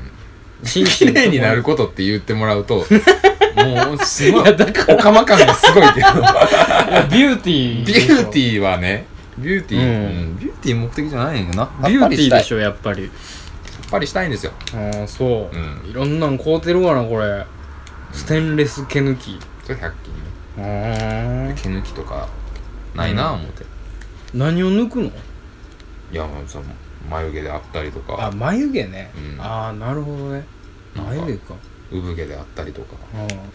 Speaker 1: 心身
Speaker 2: 綺麗になることって言ってもらう (laughs) ともうすごいおかま感がすごいけど
Speaker 1: ともビューティー
Speaker 2: ビューティーはねビューティー、
Speaker 1: うん
Speaker 2: うんビューティー目的じゃないんやけどな
Speaker 1: ィビューティーでし
Speaker 2: ょ
Speaker 1: ょやっぱり
Speaker 2: やっぱりしたいんですよ
Speaker 1: ああそうう、
Speaker 2: ん
Speaker 1: いろんなん買うてるわなこれステンレス毛抜き
Speaker 2: それ100均ね
Speaker 1: あ
Speaker 2: 毛抜きとかないな思って、
Speaker 1: 何を抜くの
Speaker 2: いやもうその眉毛であったりと
Speaker 1: あ
Speaker 2: か
Speaker 1: 眉毛ね、
Speaker 2: うん
Speaker 1: ああなるほどね
Speaker 2: なんか
Speaker 1: 眉毛か
Speaker 2: 産毛であったりとか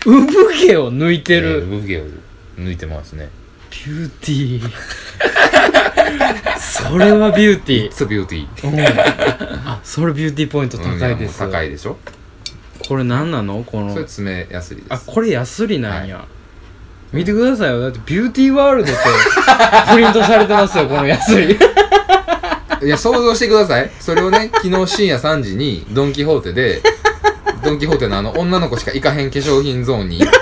Speaker 1: うん産毛を抜いて
Speaker 2: え
Speaker 1: る、
Speaker 2: ー産毛を抜いてますね
Speaker 1: ビューティー (laughs) それはビューティー
Speaker 2: そうビューティー
Speaker 1: うん (laughs) あそれビューティーポイント高いです、
Speaker 2: うんやもう高いでしょ
Speaker 1: これ何なのこの
Speaker 2: それ爪やすりで
Speaker 1: あ
Speaker 2: す
Speaker 1: これヤスリなんや、見てくださいよだってビューティーワールドってプリントされてますよこのヤスリ
Speaker 2: いや想像してくださいそれを (laughs) ね昨日深夜3時にドン・キホーテでドン・キホーテのあの女の子しか行かへん化粧品ゾーンに行って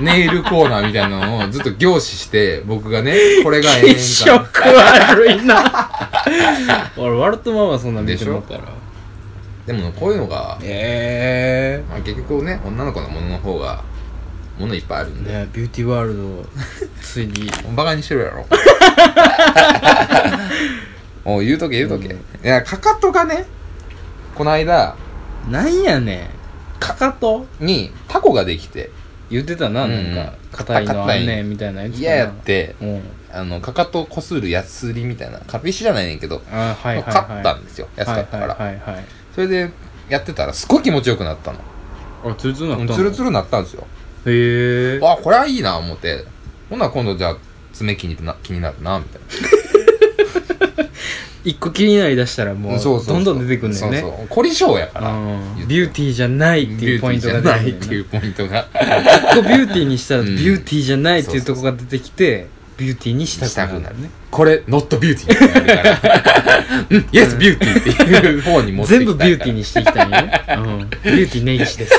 Speaker 2: ネイルコーナーみたいなのをずっと凝視して僕がねこれがええ
Speaker 1: 一
Speaker 2: んか
Speaker 1: 色
Speaker 2: (laughs)
Speaker 1: 悪いな俺笑ったままそんなん見てもらったら
Speaker 2: でもこういうのが、
Speaker 1: え
Speaker 2: まあ、結局ね女の子のものの方がものいっぱいあるんで、
Speaker 1: ねビューティーワールドついに
Speaker 2: バカにしてるや
Speaker 1: (laughs)
Speaker 2: ろおう言うとけ言うとけ、いやかかとがねこの間
Speaker 1: なんやねんかかと
Speaker 2: にタコができて
Speaker 1: 言ってたな、
Speaker 2: うん
Speaker 1: なんか硬いのあんねんみたいなやつ
Speaker 2: 嫌やって
Speaker 1: うん
Speaker 2: あのかかとこするやすりみたいなカピシじゃないねんけど、
Speaker 1: あはいはいはい
Speaker 2: 買ったんですよ安かったから、
Speaker 1: はいはいはいはい
Speaker 2: それでやってたらすごい気持ちよくなったの
Speaker 1: あツルツルなったの
Speaker 2: ツルツルなったんですよ
Speaker 1: へえ
Speaker 2: わあこれはいいな思ってほんなら今度じゃあ爪気にな気になるなみたいな
Speaker 1: 一個気になりだしたらもうどんどん出てくるんだよね
Speaker 2: そうそう凝り性やから
Speaker 1: うんビューティーじゃないっていうポイントが出
Speaker 2: (laughs) ビュ
Speaker 1: て
Speaker 2: ーティーじゃないっ
Speaker 1: く
Speaker 2: て
Speaker 1: る
Speaker 2: い
Speaker 1: ん
Speaker 2: うポイントが
Speaker 1: だよね一個ビューティーにしたら
Speaker 2: うん
Speaker 1: ビューティーじゃないっていうとこが出てきてビューティーにした
Speaker 2: したく
Speaker 1: くな
Speaker 2: な
Speaker 1: る
Speaker 2: る
Speaker 1: ね
Speaker 2: ねこれノットビューティーって
Speaker 1: (laughs)
Speaker 2: なるからうんイエスビューティーっていう方に持ってい
Speaker 1: 全部
Speaker 2: きた
Speaker 1: ビュ
Speaker 2: い
Speaker 1: ー
Speaker 2: か
Speaker 1: テ
Speaker 2: ら
Speaker 1: ィーにしていきたいね、うん、ビューティーネイチです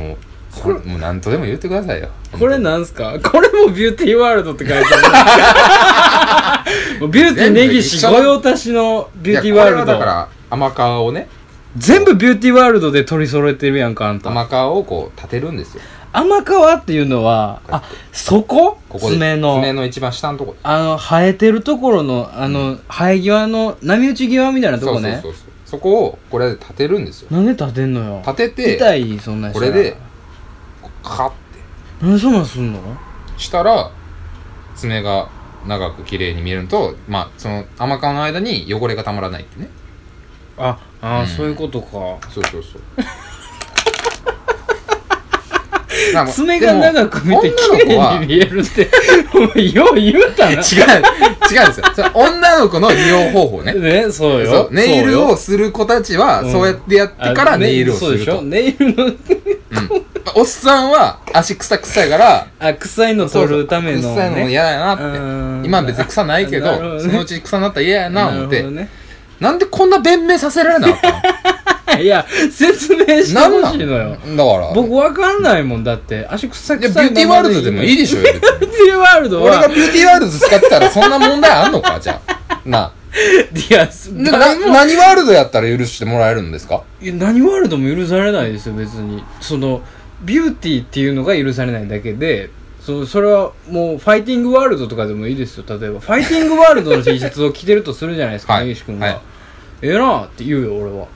Speaker 2: もうこれもう何とでも言ってくださいよ
Speaker 1: これなんすかこれもビューティーワールドって書いてあるもうビューティーネギシ御用達のビューティーワール
Speaker 2: いやこれはだか
Speaker 1: ド
Speaker 2: ら甘皮をね
Speaker 1: 全部ビューティーワールドで取り揃えてるやんかあんた
Speaker 2: 甘皮をこう立てるんですよ
Speaker 1: 甘皮っていうのはあそこ
Speaker 2: ここで
Speaker 1: 爪の
Speaker 2: 爪の一番下のとこ
Speaker 1: あの生えてるところのあの、生え際の波打ち際みたいなとこ
Speaker 2: そうそ
Speaker 1: ね
Speaker 2: うそうそうそこをこれで立てるんですよ
Speaker 1: なんで立てんのよ
Speaker 2: 立てて
Speaker 1: 痛いそんなんした
Speaker 2: こ
Speaker 1: ら
Speaker 2: れでこうカッて
Speaker 1: なんでそんなんすんの
Speaker 2: したら爪が長く綺麗に見えるのとまあその甘皮の間に汚れがたまらないってね
Speaker 1: ああー、
Speaker 2: うん
Speaker 1: そういうことか
Speaker 2: そうそう
Speaker 1: (laughs)
Speaker 2: そうなんか
Speaker 1: 爪が長く見て
Speaker 2: でも
Speaker 1: 綺
Speaker 2: 女の子は
Speaker 1: 麗に見えるって (laughs) お前よう言うたな
Speaker 2: 違う、違うんですよ。それ女の子の利用方法ね。
Speaker 1: ねそうよ
Speaker 2: そうネイル
Speaker 1: そう
Speaker 2: を
Speaker 1: よ
Speaker 2: する子たちは、
Speaker 1: うん
Speaker 2: そうやってやってから
Speaker 1: あね
Speaker 2: ネイルをすると。
Speaker 1: そうでしょネイルの
Speaker 2: おっさんは足臭臭いから、
Speaker 1: あ臭いの取るための、ね、
Speaker 2: そうそう臭いのも嫌や
Speaker 1: う
Speaker 2: なっ
Speaker 1: ん
Speaker 2: て。今別に臭ないけ
Speaker 1: なるほど
Speaker 2: ど、
Speaker 1: ね
Speaker 2: そのうち臭なったら嫌やな思っ
Speaker 1: る
Speaker 2: て
Speaker 1: ほど。ね
Speaker 2: なんでこんな弁明させられなあかっ
Speaker 1: (laughs) いや説明
Speaker 2: た
Speaker 1: して
Speaker 2: なん
Speaker 1: ほ
Speaker 2: な
Speaker 1: しい
Speaker 2: ん
Speaker 1: のよ
Speaker 2: だから。
Speaker 1: 僕わかんないもんだって足臭い
Speaker 2: いや、ビ
Speaker 1: 臭い
Speaker 2: ューティーワールドでもいい
Speaker 1: ビ
Speaker 2: でしょうよ。別に
Speaker 1: ューティーワールド
Speaker 2: 俺が
Speaker 1: は
Speaker 2: ビューティーワールド使ってたらそんな問題あんのかじゃ
Speaker 1: (laughs)
Speaker 2: あ。なあ。
Speaker 1: いやす
Speaker 2: でな何ワールドやったら許してもらえるんですか
Speaker 1: いや何ワールドも許されないですよ別にそのビューティーっていうのが許されないだけでそそれはもうファイティングワールドとかでもいいですよ例えばファイティングワールドの T シャツを着てるとするじゃないですか
Speaker 2: はい
Speaker 1: 根岸君が、
Speaker 2: はい
Speaker 1: ええなって言うよ俺は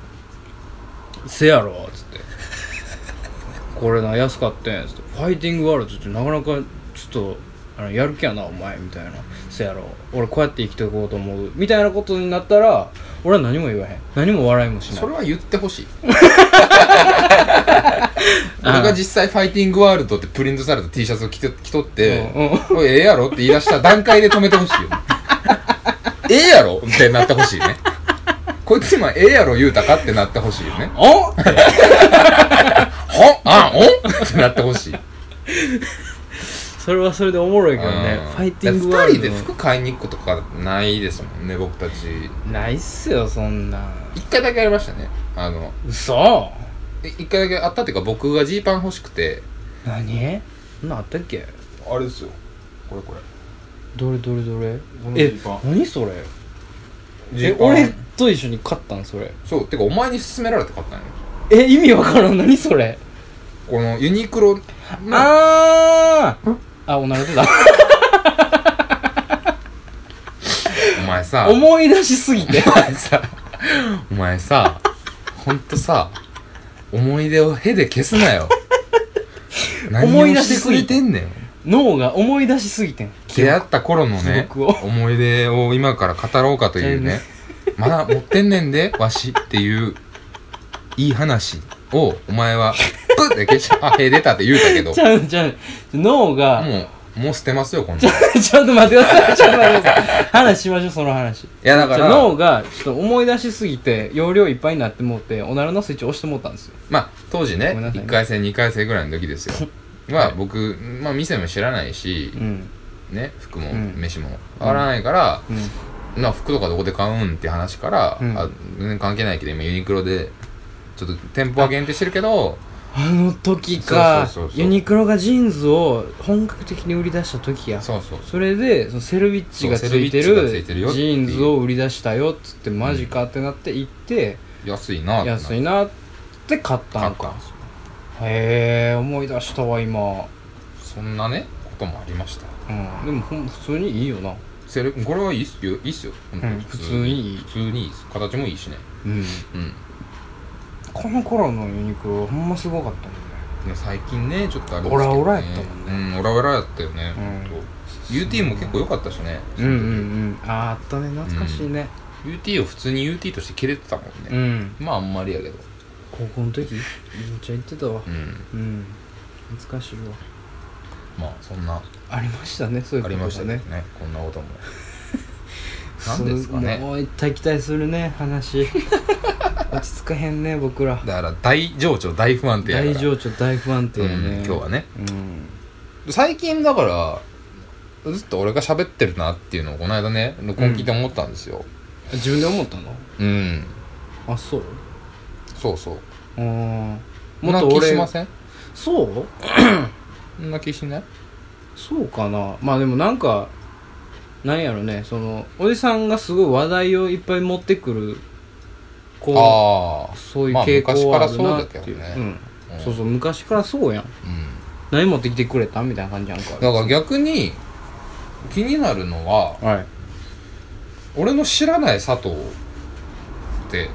Speaker 1: せやろっつってこれな安かったやんっつってファイティングワールドってなかなかちょっとあのやる気やなお前みたいなせやろ俺こうやって生きていこうと思うみたいなことになったら俺は何も言わへん何も笑いもしない
Speaker 2: それは言ってほ (laughs) しい俺が実際ファイティングワールドってプリントされた T シャツを着て着とって
Speaker 1: うんうん
Speaker 2: 「これええやろ?」って言い出した段階で止めてほしいよええやろってなってほしいねこいつ今ええやろ言うたかってなってほしいよね
Speaker 1: お
Speaker 2: ほんあおんってなってほしい
Speaker 1: (laughs) それはそれでおもろいけどね
Speaker 2: うん
Speaker 1: ファイティングワールド
Speaker 2: だから二人で服買いに行くことかないですもんね僕たち
Speaker 1: ないっすよそんな
Speaker 2: 一回だけありましたねあの
Speaker 1: 嘘
Speaker 2: い一回だけあったっていうか僕がジーパン欲しくて
Speaker 1: 何そんなんあったっけ
Speaker 2: あれですよこれこれ
Speaker 1: どれどれどれ
Speaker 2: の
Speaker 1: え
Speaker 2: ジーパン
Speaker 1: 何それ
Speaker 2: ジ
Speaker 1: え
Speaker 2: ーパン
Speaker 1: 俺と一緒に買ったんそれ
Speaker 2: そうてかお前に勧められて買ったんや
Speaker 1: え意味わからん何それ
Speaker 2: このユニクロの
Speaker 1: あーあおなら出た
Speaker 2: お前さ
Speaker 1: 思い出しすぎて
Speaker 2: お前さお前さほんとさ思い出をへで消すな (laughs) よ何
Speaker 1: 思い
Speaker 2: を
Speaker 1: 出し
Speaker 2: して
Speaker 1: す
Speaker 2: くれ
Speaker 1: ぎ
Speaker 2: て
Speaker 1: て
Speaker 2: んねん
Speaker 1: 脳が思い出しすぎてん
Speaker 2: 出会った頃のね
Speaker 1: 記憶を
Speaker 2: 思い出を今から語ろうかというねまだ持ってんねんでわしっていういい話をお前はプッて消してあへ出たって言うたけど
Speaker 1: ちゃうちゃう脳が、
Speaker 2: もうもう捨てますよこんなんい
Speaker 1: (laughs) ちょっと待ってくださいちょっと待ってください話しましょうその話
Speaker 2: やだか
Speaker 1: じゃあ
Speaker 2: ら
Speaker 1: 脳がちょっと思い出しすぎて容量いっぱいになってもうておならのスイッチ押してもうたんですよ
Speaker 2: まあ当時ね
Speaker 1: ごめんなさい
Speaker 2: 1
Speaker 1: ね
Speaker 2: 回戦2回戦ぐらいの時ですよは僕まあ店も知らないし
Speaker 1: うん
Speaker 2: ね服も
Speaker 1: うん
Speaker 2: 飯もわからないから
Speaker 1: うん
Speaker 2: な服とかどこで買うんって話から
Speaker 1: うん
Speaker 2: あ全然関係ないけど今ユニクロでちょっと店舗は限定してるけど
Speaker 1: あの時か
Speaker 2: そうそうそうそう
Speaker 1: ユニクロがジーンズを本格的に売り出した時や
Speaker 2: そうそう
Speaker 1: それでそのセルビッチがつ
Speaker 2: そうセルビ
Speaker 1: い
Speaker 2: ッチ
Speaker 1: て
Speaker 2: がつ
Speaker 1: る
Speaker 2: いてるよって
Speaker 1: ジ
Speaker 2: いう
Speaker 1: ーンズを売り出したよっつってマジかってなって行って
Speaker 2: 安いなってな
Speaker 1: 安いなって買った
Speaker 2: 買
Speaker 1: ん
Speaker 2: ったん
Speaker 1: か
Speaker 2: ですよ
Speaker 1: へえ思い出したわ今
Speaker 2: そんなねこともありました
Speaker 1: うんでもほん普通にいいよな
Speaker 2: セレこれはいいっすよいいっすよ、本当
Speaker 1: うん普通にいい
Speaker 2: 普通にいいっす形もいいしね
Speaker 1: うん
Speaker 2: うん
Speaker 1: この頃のユニクロほんますごかったもんね
Speaker 2: でも最近ねちょっとあれですけど、ね、
Speaker 1: オラオラやったもんね
Speaker 2: うんオラオラやったよね、
Speaker 1: うん
Speaker 2: ほんと UT も結構良かったしね、
Speaker 1: うんうんうんあああったね懐かしいね
Speaker 2: UT を普通に UT として切れてたもん
Speaker 1: う
Speaker 2: ね、
Speaker 1: ん
Speaker 2: まああんまりやけど
Speaker 1: 高校の時めっちゃ行ってたわ
Speaker 2: うん
Speaker 1: うん懐かしいわ
Speaker 2: まあそんな
Speaker 1: ありましたねそういう
Speaker 2: あ
Speaker 1: こ
Speaker 2: り
Speaker 1: とが
Speaker 2: ましたね
Speaker 1: ね
Speaker 2: ねこんなこともなんですか
Speaker 1: そう
Speaker 2: ね
Speaker 1: もう一体期待するね
Speaker 2: (laughs)
Speaker 1: 話落ち着かへんね僕ら
Speaker 2: だから大情緒大不安定やから
Speaker 1: 大情緒大不安定やね、
Speaker 2: うん今日はね
Speaker 1: うん
Speaker 2: 最近だからずっと俺が喋ってるなっていうのをこの間ね録音聞いて思ったんですよ
Speaker 1: 自分で思ったの
Speaker 2: うん、
Speaker 1: あそう
Speaker 2: そうそう
Speaker 1: うん
Speaker 2: もっと俺しません
Speaker 1: そう
Speaker 2: そんな気しない
Speaker 1: そうかなまあでもなんかなんやろねそのおじさんがすごい話題をいっぱい持ってくるこ
Speaker 2: ああ
Speaker 1: うそういう傾向はあるなっていう、
Speaker 2: まあ昔からそうだけどね
Speaker 1: うんそうそう昔からそうやん
Speaker 2: うん
Speaker 1: 何持ってきてくれたみたいな感じやんか
Speaker 2: だから逆に気になるのは
Speaker 1: はい
Speaker 2: 俺の知らない佐藤って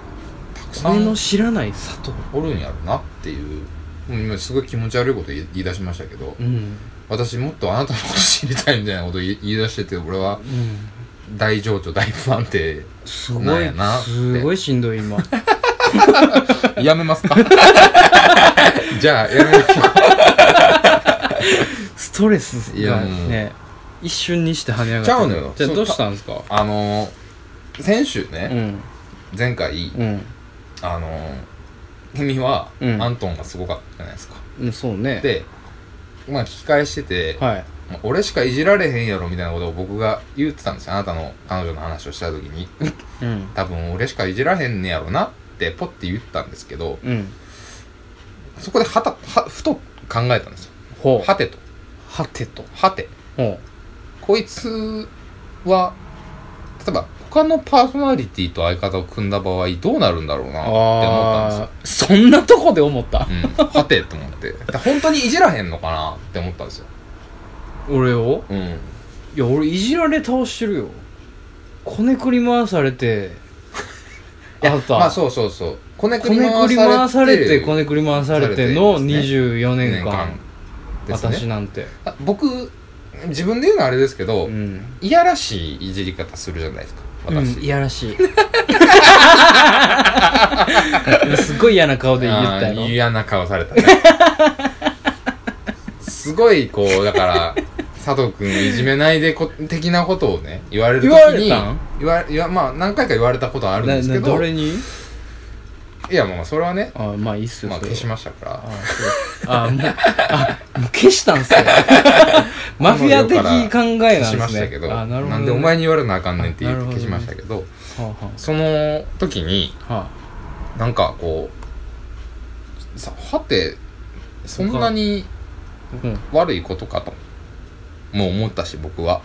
Speaker 2: たくさ
Speaker 1: 俺の
Speaker 2: ん
Speaker 1: 知らない佐藤
Speaker 2: おるんやろなっていううん今すごい気持ち悪いこと言い言い出しましたけど
Speaker 1: うん
Speaker 2: 私もっとあなたのこと知りたいみたいなこと言い言い出してて俺は
Speaker 1: うん
Speaker 2: 大情緒大不安定
Speaker 1: すご
Speaker 2: なん
Speaker 1: い
Speaker 2: やなって
Speaker 1: すごいしんどい
Speaker 2: (laughs)
Speaker 1: 今
Speaker 2: やめますか (laughs) じゃあやめましょ
Speaker 1: ストレス
Speaker 2: い
Speaker 1: が
Speaker 2: やもう
Speaker 1: ね一瞬にして跳ね上がって
Speaker 2: ちゃうのよ
Speaker 1: じゃあ
Speaker 2: そう
Speaker 1: どうしたんですか
Speaker 2: うあのー先週
Speaker 1: う
Speaker 2: ね、
Speaker 1: ん
Speaker 2: 前回
Speaker 1: うん
Speaker 2: あのー君は、
Speaker 1: うん
Speaker 2: アントンがすごかったじゃないですか
Speaker 1: うんそうね
Speaker 2: でまあ聞き返してて、
Speaker 1: はい
Speaker 2: まあ俺しかいじられへんやろみたいなことを僕が言ってたんですよあなたの彼女の話をした時に
Speaker 1: うん
Speaker 2: 多分俺しかいじらへんねやろなってポッて言ったんですけど
Speaker 1: うん
Speaker 2: そこではたはふと考えたんですよ
Speaker 1: ほう
Speaker 2: はてと
Speaker 1: はてと
Speaker 2: はて
Speaker 1: ほ
Speaker 2: こいつは例えば他のパーソナリティと相方を組んだ場合どうなるんだろうなって思ったんですよ
Speaker 1: ああそんなとこで思った
Speaker 2: うん、はてと思ってだから本当にいじらへんのかなって思ったんですよ、
Speaker 1: 俺を
Speaker 2: うん、
Speaker 1: いや俺いじられ倒してるよこねくり回されて (laughs) あなた
Speaker 2: まあそうそうそうこね
Speaker 1: こねくり回されてこねくり回されて
Speaker 2: され
Speaker 1: の
Speaker 2: てですね
Speaker 1: 24年間
Speaker 2: です
Speaker 1: 私
Speaker 2: ね
Speaker 1: なんて
Speaker 2: あ僕自分で言うのはあれですけど、
Speaker 1: うん
Speaker 2: いやらしいいじり方するじゃないですか私、
Speaker 1: うんいやらしい (laughs) 今すっごい嫌な顔で言ったや
Speaker 2: あ
Speaker 1: ろ
Speaker 2: ー嫌な顔されたね (laughs) すごいこうだから佐藤君いじめないでこ的なことをね言われる時に
Speaker 1: 言われたん
Speaker 2: 言わ言わまあ何回か言われたことあるんですけ
Speaker 1: なな
Speaker 2: ど
Speaker 1: どれに
Speaker 2: いやまあそれはね
Speaker 1: あまあいいっすよ
Speaker 2: まあ
Speaker 1: それ
Speaker 2: 消
Speaker 1: は
Speaker 2: しましたから
Speaker 1: あそうあもうあもう消した
Speaker 2: (laughs)
Speaker 1: んすよマフィア的考えなん
Speaker 2: 消
Speaker 1: です
Speaker 2: し
Speaker 1: ね
Speaker 2: ましたけど
Speaker 1: あなるほどね、
Speaker 2: んでお前に言われなあかんねんって言
Speaker 1: あな
Speaker 2: っ
Speaker 1: るほ
Speaker 2: て
Speaker 1: ど
Speaker 2: 消
Speaker 1: ね
Speaker 2: しましたけど
Speaker 1: はあは
Speaker 2: その時に
Speaker 1: あは
Speaker 2: なんかこうさはてそんなに
Speaker 1: あうん
Speaker 2: 悪いことかとも思ったし僕は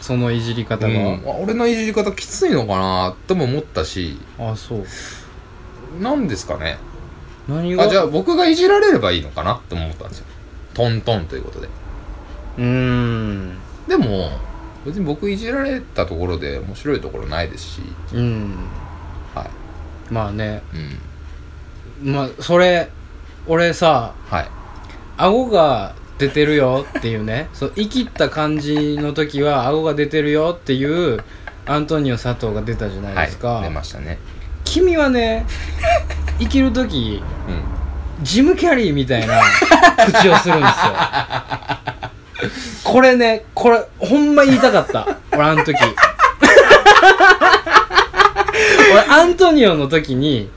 Speaker 1: そのいじり方
Speaker 2: う
Speaker 1: が、
Speaker 2: ん、俺のいじり方きついのかなとも思ったし
Speaker 1: あそう
Speaker 2: 何ですかね
Speaker 1: 何が
Speaker 2: あじゃあ僕がいじられればいいのかなと思ったんですよトントンということで
Speaker 1: うーん
Speaker 2: でも別に僕いじられたところで面白いところないですし
Speaker 1: うん
Speaker 2: は
Speaker 1: まあね
Speaker 2: いうん
Speaker 1: まあそれ俺さ
Speaker 2: はい
Speaker 1: 顎が出てるよってい
Speaker 2: (laughs)
Speaker 1: うねそう言い切った感じの時は顎が出てるよっていうアントニオ佐藤が出たじゃないですか、
Speaker 2: はい出ましたね
Speaker 1: 君はね生きる時
Speaker 2: うん
Speaker 1: ジム・キャリーみたいな口をするんですよこれねこれほんま言いたかった俺あの時俺アントニオの時に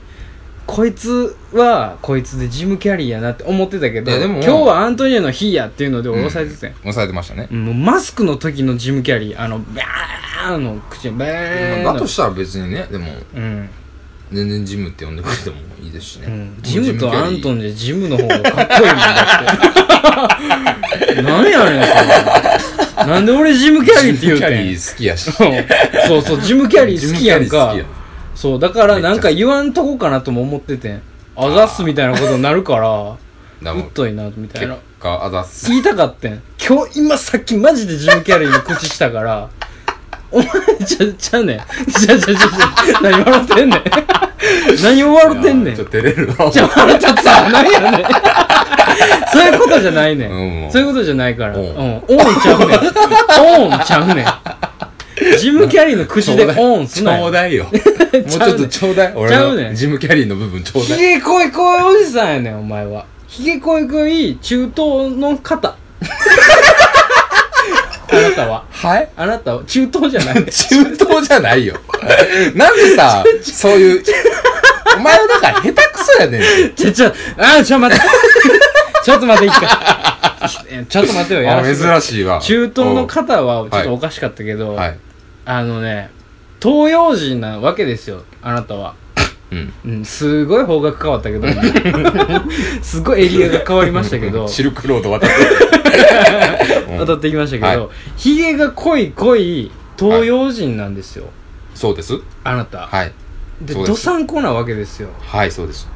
Speaker 1: こいつはこいつでジム・キャリーやなって思ってたけど
Speaker 2: いやでも
Speaker 1: 今日はアントニオの日やっていうので俺抑えてたよ、
Speaker 2: 押さえてましたね、
Speaker 1: もうマスクの時のジム・キャリーあのバーンの口バーンの
Speaker 2: だとしたら別にねでも
Speaker 1: うん
Speaker 2: 全然ジムって呼んでくれてもいいですしね、
Speaker 1: うんジムとアント
Speaker 2: ン
Speaker 1: ンでジムの方がかっこいいもんだ
Speaker 2: (laughs)
Speaker 1: って。何やねん、それ。なんで俺ジムキャリーって言う
Speaker 2: ジムキャ
Speaker 1: て
Speaker 2: リ
Speaker 1: ん。
Speaker 2: ー好きやし
Speaker 1: そうそう、ジムキャリー好きや
Speaker 2: ジ
Speaker 1: んか
Speaker 2: ムキャリー好き。
Speaker 1: そう、だからなんか言わんとこかなとも思っててん。あざっすみたいなことになるから、
Speaker 2: だ
Speaker 1: う
Speaker 2: も
Speaker 1: っといな、みたい
Speaker 2: 結
Speaker 1: な。
Speaker 2: 果あざっす
Speaker 1: 言いたかってん。今日、今さっきマジでジムキャリーの口したから、お前、ちゃ、ちゃうねん。ちゃうちゃうちゃうちゃう。何笑ってんねん。何を笑ってんねん
Speaker 2: ちょ。っと照れるわ
Speaker 1: じゃ腹立つわ (laughs) 何やねんそういうことじゃないね
Speaker 2: うん
Speaker 1: ん、
Speaker 2: うん
Speaker 1: そういうことじゃないから
Speaker 2: う
Speaker 1: うんんオンちゃうねんオンちゃうねんジムキャリーの口でオンす
Speaker 2: ち
Speaker 1: なよ
Speaker 2: ょうだい
Speaker 1: (laughs)
Speaker 2: よもうちょっとちょうだい
Speaker 1: ちゃうねん
Speaker 2: 俺のジムキャリーの部分ちょう
Speaker 1: ひ
Speaker 2: だい
Speaker 1: げこいこいおじさんやねんお前はひげこいこい中東の (laughs) 方あなたは
Speaker 2: はい
Speaker 1: あなたは中東じゃ (laughs) ないね
Speaker 2: 中東じゃない
Speaker 1: (laughs)
Speaker 2: よなんでさそういうお前はだから下手くそやねんて
Speaker 1: ちょちょあちょ待って (laughs) ちょっと待っていいっすか (laughs) ちょっと待ってよや
Speaker 2: あ
Speaker 1: らせて
Speaker 2: 珍しいわ
Speaker 1: 中東の
Speaker 2: 方
Speaker 1: 方はちょっとおかしかったけど、
Speaker 2: はい
Speaker 1: あのね、東洋人なわけですよ、あなたは。
Speaker 2: うん
Speaker 1: うん、すごい方角変わったけど、 (laughs) すごいエリアが変わりましたけど、
Speaker 2: シルクロード渡ってうん
Speaker 1: 当たってきましたけ
Speaker 2: は
Speaker 1: ど、ヒゲが濃い濃い東洋人なんですよ、
Speaker 2: そうです
Speaker 1: あなた。
Speaker 2: はい
Speaker 1: で、
Speaker 2: そうです
Speaker 1: どさんこなわけですよ。
Speaker 2: はいそうです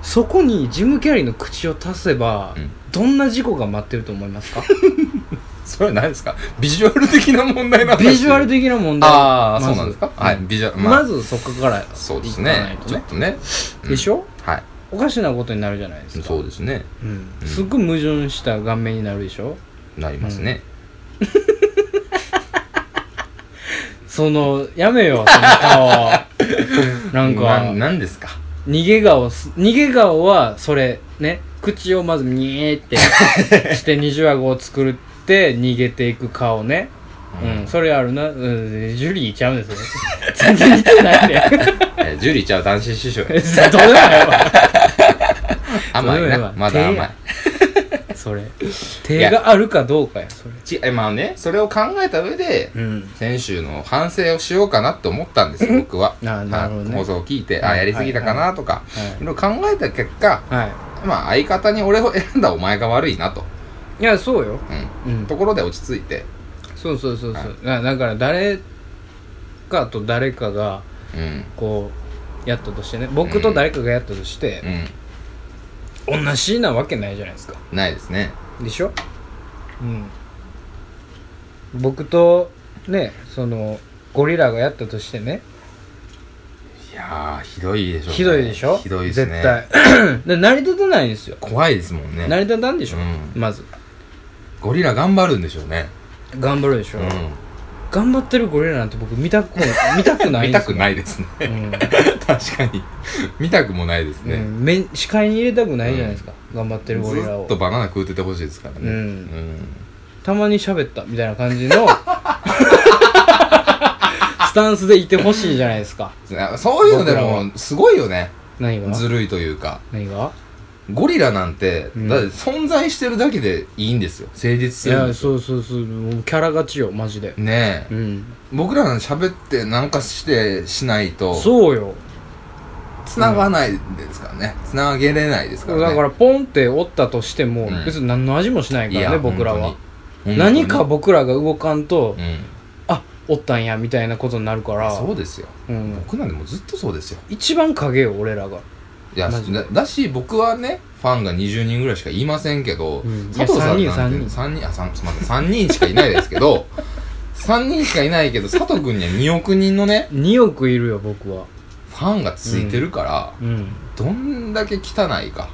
Speaker 1: そこにジム・キャリーの口を足せば、
Speaker 2: うん
Speaker 1: どんな事故が待ってると思いますか
Speaker 2: それは何ですかビジュアル的な問題なんですよ
Speaker 1: ビジュアル的な問題。
Speaker 2: ああ、
Speaker 1: ま
Speaker 2: そ
Speaker 1: ず
Speaker 2: うなんですかはい、ビジュアル、
Speaker 1: ま、ずそこから
Speaker 2: そうで
Speaker 1: 行
Speaker 2: す
Speaker 1: かない
Speaker 2: ね。
Speaker 1: と
Speaker 2: ちょっ
Speaker 1: ね。
Speaker 2: とね。うん
Speaker 1: でしょ
Speaker 2: はい。
Speaker 1: おかしなことになるじゃないですか。
Speaker 2: そうですね。
Speaker 1: うん、すっごい矛盾した顔面になるでしょ
Speaker 2: なりますね。
Speaker 1: そのやめようその (laughs) 顔なん
Speaker 2: な
Speaker 1: か
Speaker 2: なんですか
Speaker 1: 逃げ顔す逃げ顔はそれね口をまずニーって (laughs) して二重顎を作って逃げていく顔ねうん、それあるな、うん、ジュリーちゃうんですよ全然似てない (laughs) ね
Speaker 2: えジュリーちゃんは男子師
Speaker 1: (laughs)
Speaker 2: 匠や
Speaker 1: どうでもないわ
Speaker 2: 甘い
Speaker 1: それ
Speaker 2: な。
Speaker 1: は
Speaker 2: まだ甘い。
Speaker 1: それ手があるかどうかやそれ
Speaker 2: ちえ、まあね、それを考えた上で、
Speaker 1: うん
Speaker 2: 先週の反省をしようかなって思ったんですよ、僕は。
Speaker 1: あなるほどね
Speaker 2: はい放送を聞いて、
Speaker 1: は
Speaker 2: あ、
Speaker 1: い
Speaker 2: やりすぎたかなとか、
Speaker 1: はい
Speaker 2: いろいろ考えた結果、
Speaker 1: は
Speaker 2: まあ、相方に俺を選んだお前が悪いなと。
Speaker 1: いいやそうよ
Speaker 2: う。
Speaker 1: うんん
Speaker 2: ところで落ち着いて、
Speaker 1: そうそうそうそう、
Speaker 2: は
Speaker 1: なだから誰かと誰かが
Speaker 2: うん。
Speaker 1: こうやったとしてね僕と誰かがやったとして、
Speaker 2: う
Speaker 1: 同じなわけないじゃないですか
Speaker 2: ん。ないですね。
Speaker 1: でしょうん僕とねそのゴリラがやったとしてね
Speaker 2: いやー、ひどいでしょうね、
Speaker 1: ひどいでしょ
Speaker 2: ひどいですね。
Speaker 1: 絶対
Speaker 2: (clears throat)
Speaker 1: で成り立たないですよ
Speaker 2: 怖いですもんね。
Speaker 1: 成り立たんでしょ、
Speaker 2: うん
Speaker 1: まず
Speaker 2: ゴリラ頑張るんでしょうね。
Speaker 1: 頑張るでしょ、
Speaker 2: う
Speaker 1: 頑張ってるゴリラなんて僕見た
Speaker 2: (laughs)
Speaker 1: く見たく
Speaker 2: ん。
Speaker 1: ない
Speaker 2: 見
Speaker 1: で
Speaker 2: た
Speaker 1: す
Speaker 2: く
Speaker 1: よ
Speaker 2: ない
Speaker 1: (laughs)
Speaker 2: ですね。
Speaker 1: うん
Speaker 2: 確かに。見たくもないですね。
Speaker 1: うん目視界に入れたくないじゃないですか、頑張ってるゴリ
Speaker 2: ず
Speaker 1: ラを
Speaker 2: っとバナナ食うててほしいですからね。
Speaker 1: うん
Speaker 2: うん
Speaker 1: たまに喋ったみたいな感じのスタンスでいてほしいじゃないですか
Speaker 2: そういうので
Speaker 1: 僕ら
Speaker 2: も、すごいよね。
Speaker 1: 何が
Speaker 2: ずるいというか。
Speaker 1: 何が
Speaker 2: ゴリラなんて、
Speaker 1: うん
Speaker 2: だって存在してるだけでいいんですよ。成立
Speaker 1: い
Speaker 2: するん
Speaker 1: や
Speaker 2: ですよ。
Speaker 1: そうそうそうもうキャラ勝ちよマジで
Speaker 2: ねえ
Speaker 1: う。ん
Speaker 2: 僕らの喋ってなんかしてしないと、
Speaker 1: そうよ
Speaker 2: 繋がないですからね。繋げれないですからね。
Speaker 1: だからポンって折ったとしても
Speaker 2: うん
Speaker 1: 別に何の味もしない
Speaker 2: い
Speaker 1: から
Speaker 2: や
Speaker 1: ね僕らは
Speaker 2: 本当に
Speaker 1: 何か僕らが動かんと
Speaker 2: うん
Speaker 1: おったんやみたいなことになるから
Speaker 2: そうですよ
Speaker 1: うん、
Speaker 2: 僕なんでもうずっとそうですよ
Speaker 1: 一番影よ俺らが、
Speaker 2: いや
Speaker 1: マジで
Speaker 2: だだし僕はねファンが20人ぐらいしかいませんけど、
Speaker 1: うん
Speaker 2: 佐藤さん
Speaker 1: いや
Speaker 2: なん
Speaker 1: 三
Speaker 2: て
Speaker 1: 人
Speaker 2: 3人あ三すみません3人しかいないですけど3人しかいないけど佐藤君には2億人のね
Speaker 1: 2億いるよ僕は
Speaker 2: ファンがついてるから、
Speaker 1: うん
Speaker 2: (laughs) どんだけ汚いか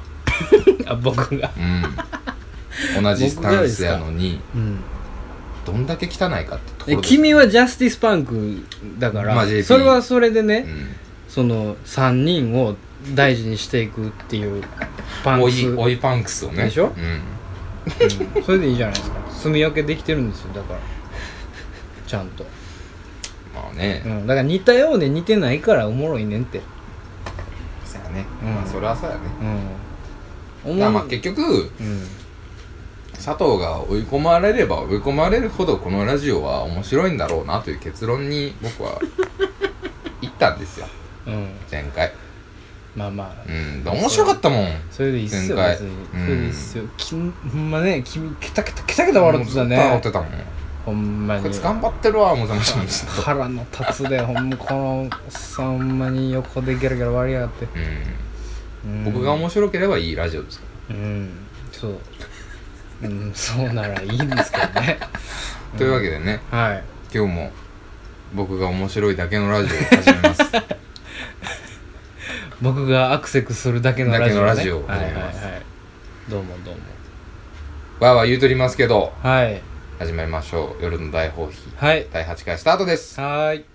Speaker 1: あ僕が (laughs)
Speaker 2: うん同じスタンスやのに
Speaker 1: うん
Speaker 2: どんだけ汚いかってとこ
Speaker 1: え
Speaker 2: ろです
Speaker 1: 君はジャスティスパンクだから、
Speaker 2: まあ JP
Speaker 1: それはそれでね、
Speaker 2: う
Speaker 1: その3人を大事にしていくっていうパ
Speaker 2: ん、
Speaker 1: ン
Speaker 2: お
Speaker 1: ツ
Speaker 2: いおいパンクスをね
Speaker 1: でしょ
Speaker 2: うん、
Speaker 1: うんそれでいいじゃないですか住み分けできてるんですよだからちゃんと、
Speaker 2: まあね、
Speaker 1: うん、だから似たようで似てないからおもろいねんって
Speaker 2: そうやね、
Speaker 1: うん
Speaker 2: まあそれはそうやね
Speaker 1: うんお
Speaker 2: だからまあ
Speaker 1: もろい
Speaker 2: 結局
Speaker 1: うん
Speaker 2: 佐藤が追い込まれれば追い込まれるほどこのラジオは面白いんだろうなという結論に僕
Speaker 1: (laughs)
Speaker 2: は行ったんですよ
Speaker 1: うん
Speaker 2: 前回
Speaker 1: まあまあ
Speaker 2: うんで面白かったもん
Speaker 1: それでいいっすよ
Speaker 2: 前回
Speaker 1: 別に
Speaker 2: うん
Speaker 1: それでいいっすよきんほんまね君ケタケタケタケタ笑ってた
Speaker 2: 笑っ
Speaker 1: ね
Speaker 2: てたもん
Speaker 1: ほんま
Speaker 2: こい
Speaker 1: に
Speaker 2: つ頑張ってるわ思ってましたもんずっと
Speaker 1: 腹の立
Speaker 2: (laughs)
Speaker 1: つでほんまこのおっさんほんまに横でギャラギャラ割りやがって、
Speaker 2: う
Speaker 1: うん
Speaker 2: ん僕が面白ければいいラジオですか
Speaker 1: うんそう、うん、そうならいいんですけどね (laughs)
Speaker 2: らというわけでね
Speaker 1: はい
Speaker 2: 今日も僕が面白いだけのラジオを始めます
Speaker 1: (laughs) 僕がアクセクするだけのラジ
Speaker 2: だけ
Speaker 1: オ、ね、
Speaker 2: のラジオを
Speaker 1: はいはいは
Speaker 2: お願いし
Speaker 1: いどうもどうも
Speaker 2: わーわー言うとりますけど
Speaker 1: はい
Speaker 2: 始めましょう夜の大放棄
Speaker 1: はい
Speaker 2: 第8回スタートです
Speaker 1: はーい